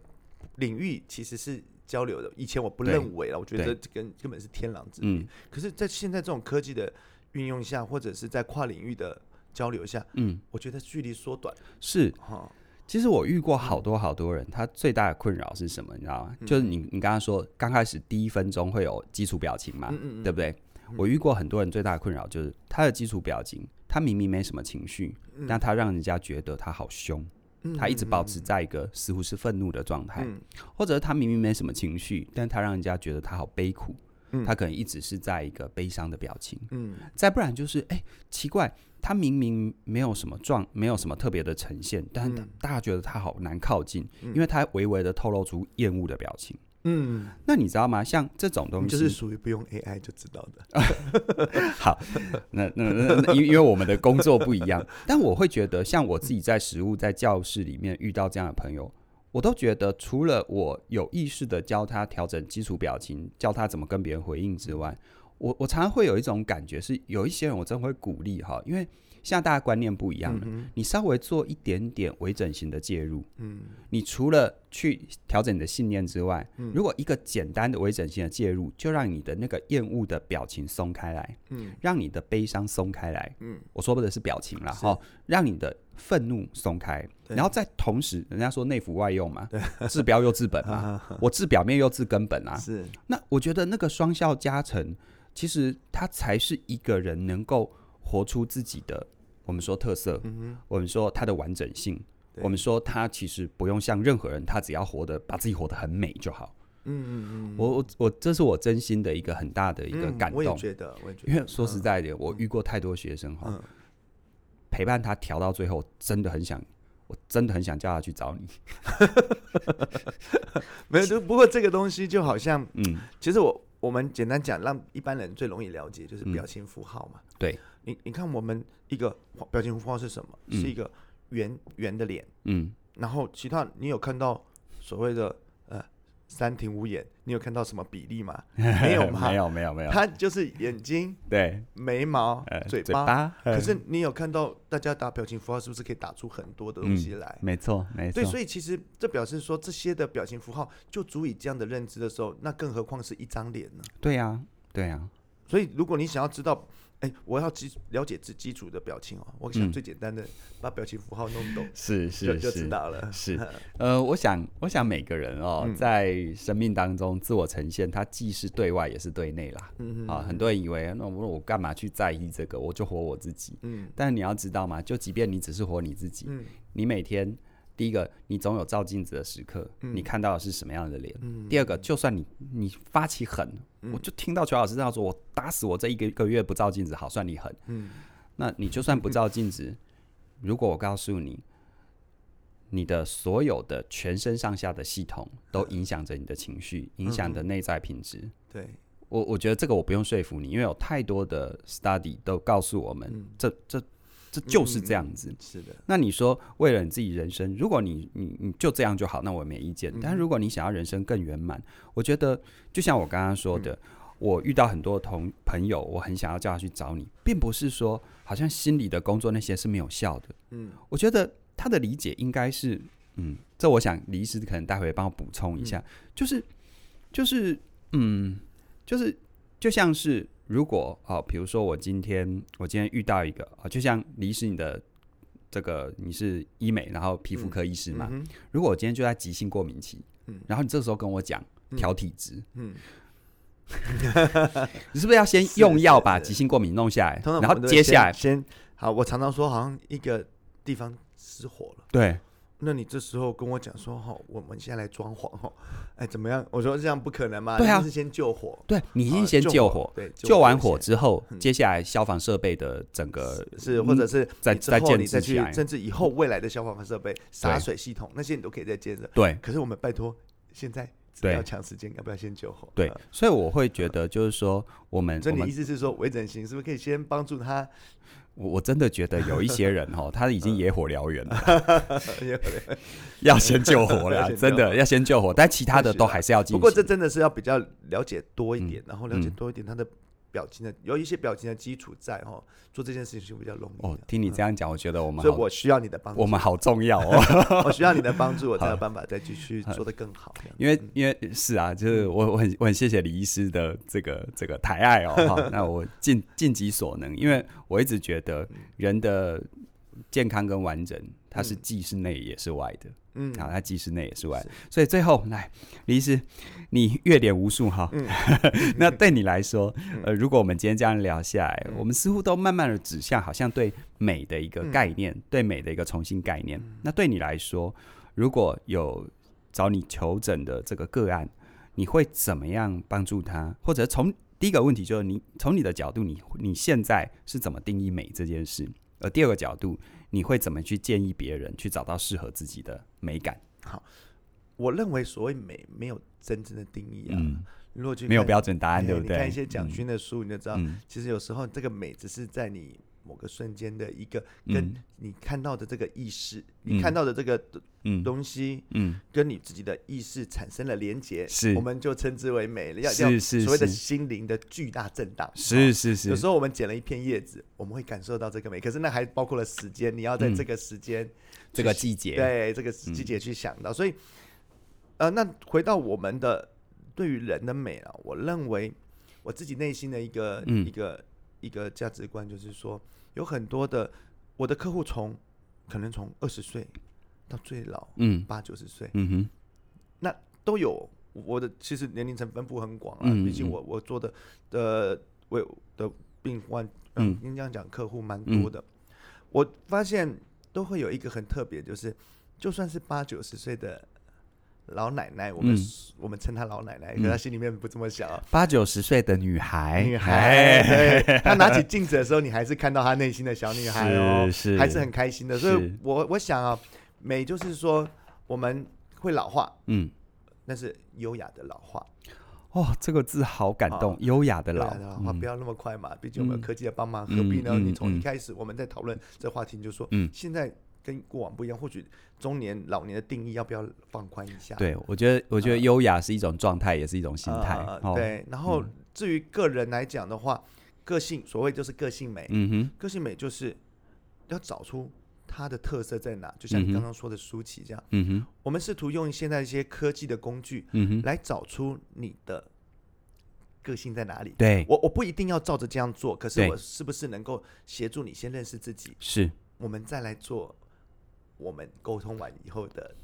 Speaker 2: 领域其实是。交流的，以前我不
Speaker 1: 对
Speaker 2: 认为了，我觉得
Speaker 1: 对
Speaker 2: 这根根本是天壤之别。
Speaker 1: 嗯
Speaker 2: 可是，在现在这种科技的运用下，或者是在跨领域的交流下，
Speaker 1: 嗯
Speaker 2: 我觉得距离缩短
Speaker 1: 是。
Speaker 2: 哈。
Speaker 1: 其实我遇过好多好多人，他最大的困扰是什么？你知道
Speaker 2: 嗯
Speaker 1: 吗？就是你你刚刚说刚开始第一分钟会有基础表情嘛，
Speaker 2: 嗯嗯嗯
Speaker 1: 对不对？我遇过很多人最大的困扰就是他的基础表情，他明明没什么情绪，但他让人家觉得他好凶，
Speaker 2: 嗯
Speaker 1: 他一直
Speaker 2: 嗯
Speaker 1: 保持在一个似乎是愤怒的状态。
Speaker 2: 嗯
Speaker 1: 或者他明明没什么情绪，但他让人家觉得他好悲苦，
Speaker 2: 嗯
Speaker 1: 他可能一直是在一个悲伤的表情。
Speaker 2: 嗯
Speaker 1: 再不然就是，哎、奇怪，他明明没有什么状，没有什么特别的呈现，但是
Speaker 2: 嗯
Speaker 1: 大家觉得他好难靠近，
Speaker 2: 嗯
Speaker 1: 因为他微微的透露出厌恶的表情。
Speaker 2: 嗯，
Speaker 1: 那你知道吗？像这种东
Speaker 2: 你
Speaker 1: 西，
Speaker 2: 就是属于不用 AI 就知道的。
Speaker 1: 好，那那那那因因为我们的工作不一样， 但我会觉得，像我自己在实务在教室里面遇到这样的朋友，我都觉得除了我有意识的教他调整基础表情，教他怎么跟别人回应之外，我我常常会有一种感觉是，有一些人我真的会鼓励哈，因为现在大家观念不一样
Speaker 2: 嗯
Speaker 1: 了，
Speaker 2: 哼
Speaker 1: 你稍微做一点点微整形的介入，
Speaker 2: 嗯，
Speaker 1: 你除了去调整你的信念之外，
Speaker 2: 嗯
Speaker 1: 如果一个简单的微整形的介入，就让你的那个厌恶的表情松开来，
Speaker 2: 嗯
Speaker 1: 让你的悲伤松开来。
Speaker 2: 嗯，
Speaker 1: 我说的是表情啦，
Speaker 2: 是
Speaker 1: 哈，让你的愤怒松开，
Speaker 2: 对
Speaker 1: 然后再同时，人家说内服外用嘛，治标又治本嘛，
Speaker 2: 啊
Speaker 1: 我治表面又治根本啊。
Speaker 2: 是
Speaker 1: 那我觉得那个双效加成，其实它才是一个人能够活出自己的，我们说特色，
Speaker 2: 嗯
Speaker 1: 我们说它的完整性，
Speaker 2: 对
Speaker 1: 我们说他其实不用像任何人，他只要活得把自己活得很美就好。
Speaker 2: 哼嗯嗯嗯，
Speaker 1: 我我我，这是我真心的一个很大的一个
Speaker 2: 嗯
Speaker 1: 感
Speaker 2: 我也
Speaker 1: 动。
Speaker 2: 觉得，我也觉
Speaker 1: 因
Speaker 2: 得，
Speaker 1: 为说实在的，我遇过太多学生哈，
Speaker 2: 嗯，
Speaker 1: 陪伴他调到最后，真的很想，我真的很想叫他去找你。
Speaker 2: 没有，就不过这个东西就好像，
Speaker 1: 嗯，
Speaker 2: 其实我我们简单讲，让一般人最容易了解就是
Speaker 1: 嗯
Speaker 2: 表情符号嘛。
Speaker 1: 对，
Speaker 2: 你你看我们一个表情符号是什么？
Speaker 1: 嗯
Speaker 2: 是一个圆圆的脸，
Speaker 1: 嗯，
Speaker 2: 然后其他你有看到所谓的呃三庭五眼，你有看到什么比例 吗？没有吗？
Speaker 1: 没有，没有，没有。
Speaker 2: 它就是眼睛、
Speaker 1: 对，
Speaker 2: 眉毛、
Speaker 1: 呃，
Speaker 2: 嘴
Speaker 1: 巴，
Speaker 2: 巴。可
Speaker 1: 呃
Speaker 2: 是你有看到大家打表情符号，是不是可以打出很多的东西来？
Speaker 1: 没错，没错
Speaker 2: 对，，所以其实这表示说，这些的表情符号就足以这样的认知的时候，那更何况是一张脸呢？
Speaker 1: 对呀，对啊呀，
Speaker 2: 所以，如果你想要知道，哎、我要基了解自基础的表情哦，我想
Speaker 1: 嗯
Speaker 2: 最简单的把表情符号弄懂，
Speaker 1: 是
Speaker 2: 就是就知
Speaker 1: 是。
Speaker 2: 道了。
Speaker 1: 是， 呃，我想，我想每个人哦，
Speaker 2: 嗯
Speaker 1: 在生命当中自我呈现，它既是对外也是对内啦。
Speaker 2: 嗯
Speaker 1: 啊，很多人以为那我我干嘛去在意这个？我就活我自己。
Speaker 2: 嗯
Speaker 1: 但你要知道嘛，就即便你只是活你自己，
Speaker 2: 嗯
Speaker 1: 你每天第一个，你总有照镜子的时刻，你看到的是什么样的脸；
Speaker 2: 嗯
Speaker 1: 第二个，就算你你发起狠，我就听到邱老师这样说，我打死我这一个一个月不照镜子，好算你狠。
Speaker 2: 嗯
Speaker 1: 那你就算不照镜子， 如果我告诉你，你的所有的全身上下的系统都影响着你的情绪，
Speaker 2: 嗯
Speaker 1: 影响着内在品质。
Speaker 2: 对，
Speaker 1: 我我觉得这个我不用说服你，因为有太多的 study 都告诉我们，
Speaker 2: 嗯
Speaker 1: 这这这就是这样子。
Speaker 2: 是的，
Speaker 1: 那你说为了你自己人生，如果你你你就这样就好，那我没意见。但如果你想要人生更圆满，我觉得就像我刚刚说的，我遇到很多同朋友，我很想要叫他去找你，并不是说好像心理的工作那些是没有效的。
Speaker 2: 嗯
Speaker 1: 我觉得他的理解应该是，嗯，这我想李医师可能待会帮我补充一下，
Speaker 2: 嗯
Speaker 1: 就是就是嗯，就是就像是如果啊、比如说我今天我今天遇到一个啊、就像李医师你的这个你是医美，然后皮肤科医师嘛，
Speaker 2: 嗯哼
Speaker 1: 如果我今天就在急性过敏期，
Speaker 2: 嗯
Speaker 1: 然后你这时候跟我讲调体质，
Speaker 2: 嗯，
Speaker 1: 你是不是要先
Speaker 2: 是
Speaker 1: 用药
Speaker 2: 是
Speaker 1: 把
Speaker 2: 是
Speaker 1: 急性过敏弄下来，
Speaker 2: 通常
Speaker 1: 哎然后
Speaker 2: 我们都会
Speaker 1: 接下来
Speaker 2: 先先好，我常常说好像一个地方失火了。
Speaker 1: 对
Speaker 2: 那你这时候跟我讲说，哈、我们现在来装潢，哈，哎，怎么样？我说这样不可能嘛，
Speaker 1: 对啊
Speaker 2: 一定是先救火，
Speaker 1: 对，你
Speaker 2: 啊
Speaker 1: 先先救火。，
Speaker 2: 对，
Speaker 1: 救完火
Speaker 2: 先
Speaker 1: 之后，
Speaker 2: 嗯
Speaker 1: 接下来消防设备的整个
Speaker 2: 是，或者是
Speaker 1: 嗯再
Speaker 2: 你之
Speaker 1: 再
Speaker 2: 后
Speaker 1: 建
Speaker 2: 你再
Speaker 1: 制起
Speaker 2: 去
Speaker 1: 来，
Speaker 2: 甚至以后未来的消防设备、洒水系统那些你都可以再建设。
Speaker 1: 对
Speaker 2: 可是我们拜托，现在只
Speaker 1: 对
Speaker 2: 要抢时间，要不要先救火？
Speaker 1: 对
Speaker 2: 呃，
Speaker 1: 所以我会觉得就是说，我们
Speaker 2: 所
Speaker 1: 我
Speaker 2: 以你的
Speaker 1: 们
Speaker 2: 意思是说，微整形是不是可以先帮 助他？
Speaker 1: 我我真的觉得有一些人 哈，他已经野火燎原了，
Speaker 2: 呃也可能
Speaker 1: 要先救火
Speaker 2: 嗯
Speaker 1: 了，
Speaker 2: 要先
Speaker 1: 真
Speaker 2: 救
Speaker 1: 的要先救火，但其他的都还是要进
Speaker 2: 啊不
Speaker 1: 行。
Speaker 2: 过这真的是要比较了解多一点，然后了解
Speaker 1: 嗯
Speaker 2: 多一点他的表情的，有一些表情的基础在哈，做这件事情就比较容易
Speaker 1: 哦
Speaker 2: 的。，
Speaker 1: 听你这样讲，我觉得我们
Speaker 2: 所以
Speaker 1: 好，
Speaker 2: 我需要你的帮助，
Speaker 1: 我们好重要哦，
Speaker 2: 我需要你的帮助，我才有
Speaker 1: 好
Speaker 2: 办法再继续做得更好。这样嗯
Speaker 1: 因为因为是啊，就是我我很我很谢谢李医师的这个这个抬爱哦， 哈，那我尽尽己所能，因为我一直觉得人的健康跟完整，它是
Speaker 2: 嗯
Speaker 1: 既是内也是外的。
Speaker 2: 嗯，
Speaker 1: 好，它既室内也是外
Speaker 2: 是，
Speaker 1: 所以最后来，李医师，你阅点无数哈，
Speaker 2: 嗯
Speaker 1: 那对你来说，呃，如果我们今天这样聊下来，
Speaker 2: 嗯
Speaker 1: 我们似乎都慢慢的指向好像对美的一个概念，对美的一个重新概念。
Speaker 2: 嗯
Speaker 1: 那对你来说，如果有找你求诊的这个个案，你会怎么样帮助他？或者从第一个问题就是你从你的角度，你你现在是怎么定义美这件事？而第二个角度，你会怎么去建议别人去找到适合自己的美感？
Speaker 2: 我认为所谓美没有真正的定义啊。
Speaker 1: 嗯，
Speaker 2: 如果去
Speaker 1: 没有
Speaker 2: 看
Speaker 1: 标准答案，
Speaker 2: 哎
Speaker 1: 对不
Speaker 2: 你
Speaker 1: 对？
Speaker 2: 啊看一些蒋勋的书，你就知道，
Speaker 1: 嗯，
Speaker 2: 其实有时候这个美只是在你某个瞬间的一个跟
Speaker 1: 嗯
Speaker 2: 你看到的这个意识，
Speaker 1: 嗯
Speaker 2: 你看到的这个
Speaker 1: 嗯
Speaker 2: 东西
Speaker 1: 嗯，
Speaker 2: 跟你自己的意识产生了连结，
Speaker 1: 是
Speaker 2: 我们就称之为美了，要
Speaker 1: 是
Speaker 2: 要
Speaker 1: 是
Speaker 2: 所谓的
Speaker 1: 是
Speaker 2: 心灵的巨大震荡。
Speaker 1: 是
Speaker 2: 哦
Speaker 1: 是
Speaker 2: 有
Speaker 1: 是
Speaker 2: 时，候我们捡了一片叶子，我们会感受到这个美，可是那还包括了时间，你要在
Speaker 1: 嗯
Speaker 2: 这个时间、
Speaker 1: 这个季节，嗯
Speaker 2: 对这个季节去想到，所以，呃，那回到我们的对于人的美啊，我认为我自己内心的一个、
Speaker 1: 嗯
Speaker 2: 一个一个价值观就是说，有很多的我的客户从可能从二十岁到最老
Speaker 1: 嗯
Speaker 2: 八九十岁
Speaker 1: 嗯哼，
Speaker 2: 都有。我的其实年龄层分布很广啊，
Speaker 1: 嗯
Speaker 2: 毕竟
Speaker 1: 嗯
Speaker 2: 我我做的的我有的病患，嗯
Speaker 1: 嗯，
Speaker 2: 应该讲客户蛮
Speaker 1: 嗯
Speaker 2: 多的。我发现都会有一个很特别，就是就算是八九十岁的老奶奶，我们、
Speaker 1: 嗯
Speaker 2: 我们称她老奶奶，
Speaker 1: 嗯
Speaker 2: 可她心里面不这么想啊。
Speaker 1: 八九十岁的女孩，
Speaker 2: 女
Speaker 1: 哎
Speaker 2: 孩，对， 她拿起镜子的时候，你还是看到她内心的小女孩哦，
Speaker 1: 是是
Speaker 2: 还是很开心的。所
Speaker 1: 是
Speaker 2: 以我，我想啊，美就是说我们会老化，
Speaker 1: 嗯，
Speaker 2: 但是优雅的老化，
Speaker 1: 哦，这个字好感动，优雅的
Speaker 2: 对
Speaker 1: 老
Speaker 2: 啊，对啊话
Speaker 1: 嗯
Speaker 2: 不要那么快嘛，毕竟我们
Speaker 1: 嗯
Speaker 2: 有科技的帮忙，
Speaker 1: 嗯
Speaker 2: 何必呢？
Speaker 1: 嗯
Speaker 2: 你从
Speaker 1: 嗯
Speaker 2: 一开始我们在讨论这话题，你就说，
Speaker 1: 嗯
Speaker 2: 现在跟过往不一样，或许中年、老年的定义要不要放宽一下？
Speaker 1: 对，我觉得，我觉得
Speaker 2: 呃
Speaker 1: 优雅是一种状态，也是一种心
Speaker 2: 啊，
Speaker 1: 态。哦，
Speaker 2: 对。然后至于个人来讲的话，个性所谓就是个性美，
Speaker 1: 嗯哼，
Speaker 2: 个性美就是要找出它的特色在哪，就像你
Speaker 1: 嗯
Speaker 2: 刚
Speaker 1: 哼
Speaker 2: 刚说的舒淇这样，
Speaker 1: 嗯哼，
Speaker 2: 我们试图用现在一些科技的工具
Speaker 1: 嗯哼，
Speaker 2: 来找出你的个性在哪里。
Speaker 1: 对，
Speaker 2: 我我不一定要照着这样做，可是
Speaker 1: 对
Speaker 2: 我是不是能够协助你先认识自己，
Speaker 1: 是
Speaker 2: 我们再来做我们沟通完以后的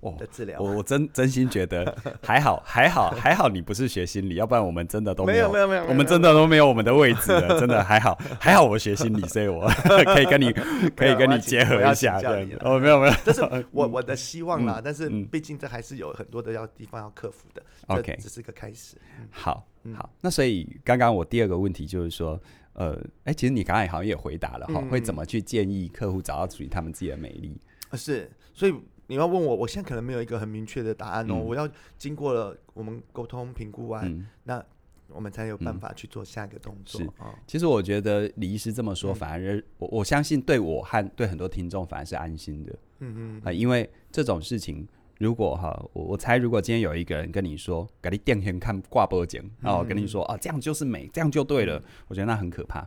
Speaker 1: 哦
Speaker 2: 的。治疗？
Speaker 1: 我我真真心觉 得还好，还好，还好，你不是学心理，要不然我们真的都
Speaker 2: 没
Speaker 1: 有
Speaker 2: 有没有没有没有
Speaker 1: 我们真的都没有我们的位置了，真的还好，还好我学心理，所以 我可以跟你可以
Speaker 2: 我
Speaker 1: 跟
Speaker 2: 要
Speaker 1: 你
Speaker 2: 请
Speaker 1: 结合
Speaker 2: 我要
Speaker 1: 一下
Speaker 2: 请教
Speaker 1: 这样
Speaker 2: 你
Speaker 1: 子
Speaker 2: 了。
Speaker 1: 哦，没有没有，
Speaker 2: 这是 我我的希望啦，但是
Speaker 1: 嗯
Speaker 2: 毕竟这还是有很多的要地方要克服的。
Speaker 1: OK
Speaker 2: 这只是个开始。
Speaker 1: 好
Speaker 2: 嗯
Speaker 1: 好，那所以刚刚我第二个问题就是说，呃，哎，其实你刚才好像也回答了哈，
Speaker 2: 嗯
Speaker 1: 会怎么去建议客户找到属于他们自己的美丽？
Speaker 2: 呃是，所以你要问我，我现在可能没有一个很明确的答案哦，
Speaker 1: 嗯
Speaker 2: 我要经过了我们沟通评估完，
Speaker 1: 嗯，
Speaker 2: 那我们才有办法去做下一个动作
Speaker 1: 是
Speaker 2: 啊。
Speaker 1: 其实我觉得李医师这么说，
Speaker 2: 嗯
Speaker 1: 反而我我相信对我和对很多听众反而是安心的
Speaker 2: 嗯
Speaker 1: 啊、
Speaker 2: 嗯，
Speaker 1: 因为这种事情。如果哈，我我猜，如果今天有一个人跟你说，给你电线看挂脖颈，
Speaker 2: 嗯
Speaker 1: 然后跟你说啊，这样就是美，这样就对了，我觉得那很可怕，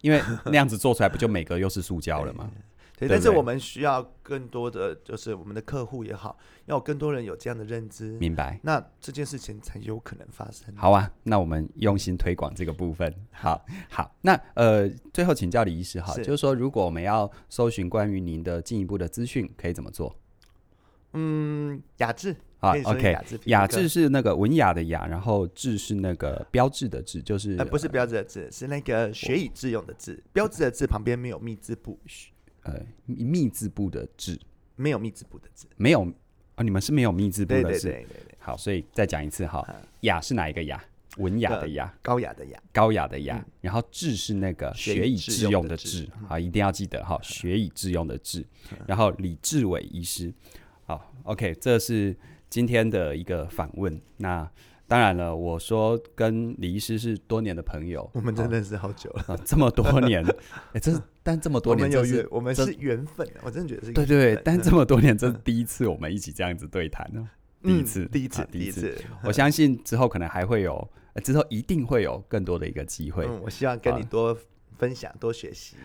Speaker 1: 因 为那样子做出来不就每个又是塑胶了吗？对
Speaker 2: 对，
Speaker 1: 不
Speaker 2: 但是
Speaker 1: 对
Speaker 2: 我们需要更多的，就是我们的客户也好，要有更多人有这样的认知，
Speaker 1: 明白？
Speaker 2: 那这件事情才有可能发生。
Speaker 1: 好啊，那我们用心推广这个部分。好，好，那呃，最后请教李医师哈，
Speaker 2: 是
Speaker 1: 就是说，如果我们要搜寻关于您的进一步的资讯，可以怎么做？
Speaker 2: 嗯，雅致
Speaker 1: 啊
Speaker 2: 可以说
Speaker 1: ，OK，
Speaker 2: 雅致皮肤
Speaker 1: 雅
Speaker 2: 科
Speaker 1: 致，是那个文雅的雅，然后致是那个标志的志，就是、
Speaker 2: 呃，不是标志的志，是那个学以致用的致，
Speaker 1: 哦
Speaker 2: 标志的致旁边没有密字部，
Speaker 1: 呃密密字部的致，
Speaker 2: 没有密字部的字。
Speaker 1: 没有哦，你们是没有密字部
Speaker 2: 对
Speaker 1: 的
Speaker 2: 对嗯
Speaker 1: 致。
Speaker 2: 对对对，
Speaker 1: 好，所以再讲一次哈
Speaker 2: 好，
Speaker 1: 雅是哪一个雅？文雅的
Speaker 2: 呃
Speaker 1: 雅，
Speaker 2: 高雅的雅。
Speaker 1: 高雅的雅，然后致是那个学
Speaker 2: 嗯学
Speaker 1: 以
Speaker 2: 以
Speaker 1: 致
Speaker 2: 致
Speaker 1: 用
Speaker 2: 用
Speaker 1: 的
Speaker 2: 的
Speaker 1: 致
Speaker 2: 致，嗯
Speaker 1: 好，一定要记得哈，学以致用的致。然后李志伟医师，好，OK，这是今天的一个访问。那当然了，我说跟李医师是多年的朋友，
Speaker 2: 我们
Speaker 1: 好
Speaker 2: 真认识好久了，
Speaker 1: 啊这么 多年，哎，这是但这么多
Speaker 2: 我
Speaker 1: 年
Speaker 2: 们有
Speaker 1: 这是
Speaker 2: 缘，我们
Speaker 1: 这
Speaker 2: 是缘分，啊我真的觉得是
Speaker 1: 对
Speaker 2: 缘
Speaker 1: 对对
Speaker 2: 分，
Speaker 1: 但
Speaker 2: 嗯
Speaker 1: 这么多 年这是第一次我们一起这样子对谈呢，第一
Speaker 2: 嗯
Speaker 1: 次，
Speaker 2: 第一
Speaker 1: 啊
Speaker 2: 次，
Speaker 1: 第一次。
Speaker 2: 次。
Speaker 1: 我相信之后可能还会有，呃之后一定会有更多的一个机会。
Speaker 2: 嗯，我希望跟
Speaker 1: 好
Speaker 2: 你多分享，多学习。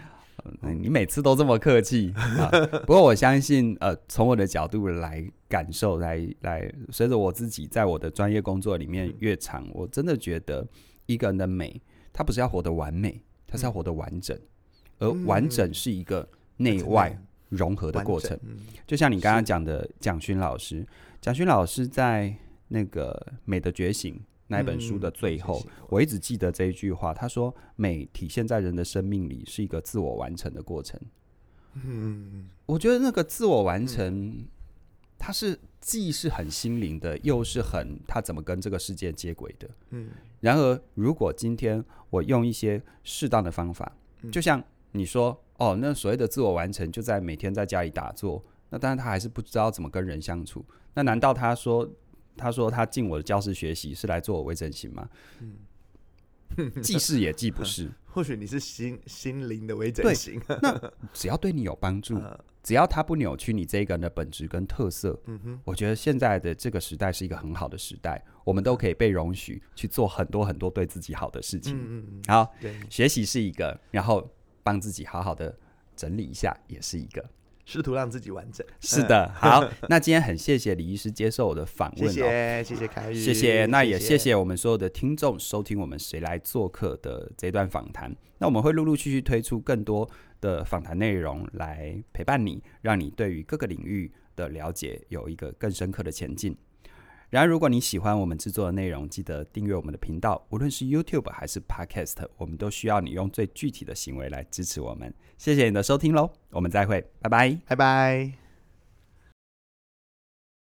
Speaker 1: 嗯，你每次都这么客 气啊！不过我相信，呃，从我的角度来感受，来来，随着我自己在我的专业工作里面
Speaker 2: 嗯
Speaker 1: 越长，我真的觉得一个人的美，它不是要活得完美，它
Speaker 2: 嗯
Speaker 1: 是要活得完整，而完整是一个内外融合的过程。
Speaker 2: 完整，嗯
Speaker 1: 就像你刚刚
Speaker 2: 是
Speaker 1: 讲的，蒋勋老师，蒋勋老师在那个《美的觉醒》那一本书的
Speaker 2: 嗯
Speaker 1: 最后
Speaker 2: 谢，谢
Speaker 1: 我一直记得这一句话，他说：“美体现在人的生命里，是一个自我完成的过程。
Speaker 2: 嗯，”
Speaker 1: 我觉得那个自我完成，它是既是很心灵的，又是很他怎么跟这个世界接轨的。
Speaker 2: 嗯，
Speaker 1: 然而，如果今天我用一些适当的方法，
Speaker 2: 嗯
Speaker 1: 就像你说，哦，那所谓的自我完成，就在每天在家里打坐，那当然他还是不知道怎么跟人相处。那难道他说，他说他 进我的教室学习是来做我微整形吗？嗯，既是也既不是，
Speaker 2: 或许你是心心灵的微整
Speaker 1: 对
Speaker 2: 形，
Speaker 1: 只要对你嗯有帮 助，
Speaker 2: 呃
Speaker 1: 只要它不扭曲你这个人的本质跟特色，
Speaker 2: 嗯哼，
Speaker 1: 我觉得现在的这个时代是一个很好的时代，我们都可以被容许去做很多很多对自己好的事情。
Speaker 2: 嗯嗯嗯，
Speaker 1: 好，
Speaker 2: 对，
Speaker 1: 学习是一个，然后帮自己好好的整理一下也是一个。
Speaker 2: 试图让自己完整。
Speaker 1: 是 的，好，那今天很谢谢李医师接受我的访
Speaker 2: 谢
Speaker 1: 问哦。
Speaker 2: 谢谢谢凯宇，
Speaker 1: 谢谢，那也谢谢我们所有的听众收听我们谁来做客的这段访谈。那我们会陆陆续续推出更多的访谈内容来陪伴你，让你对于各个领域的了解有一个更深刻的前进。然而，如果你喜欢我们制作的内容，记得订阅我们的频道，无论是 YouTube 还是 Podcast，我们都需要你用最具体的行为来支持我们。谢谢你的收听喽，我们再会，拜拜。
Speaker 2: 拜拜。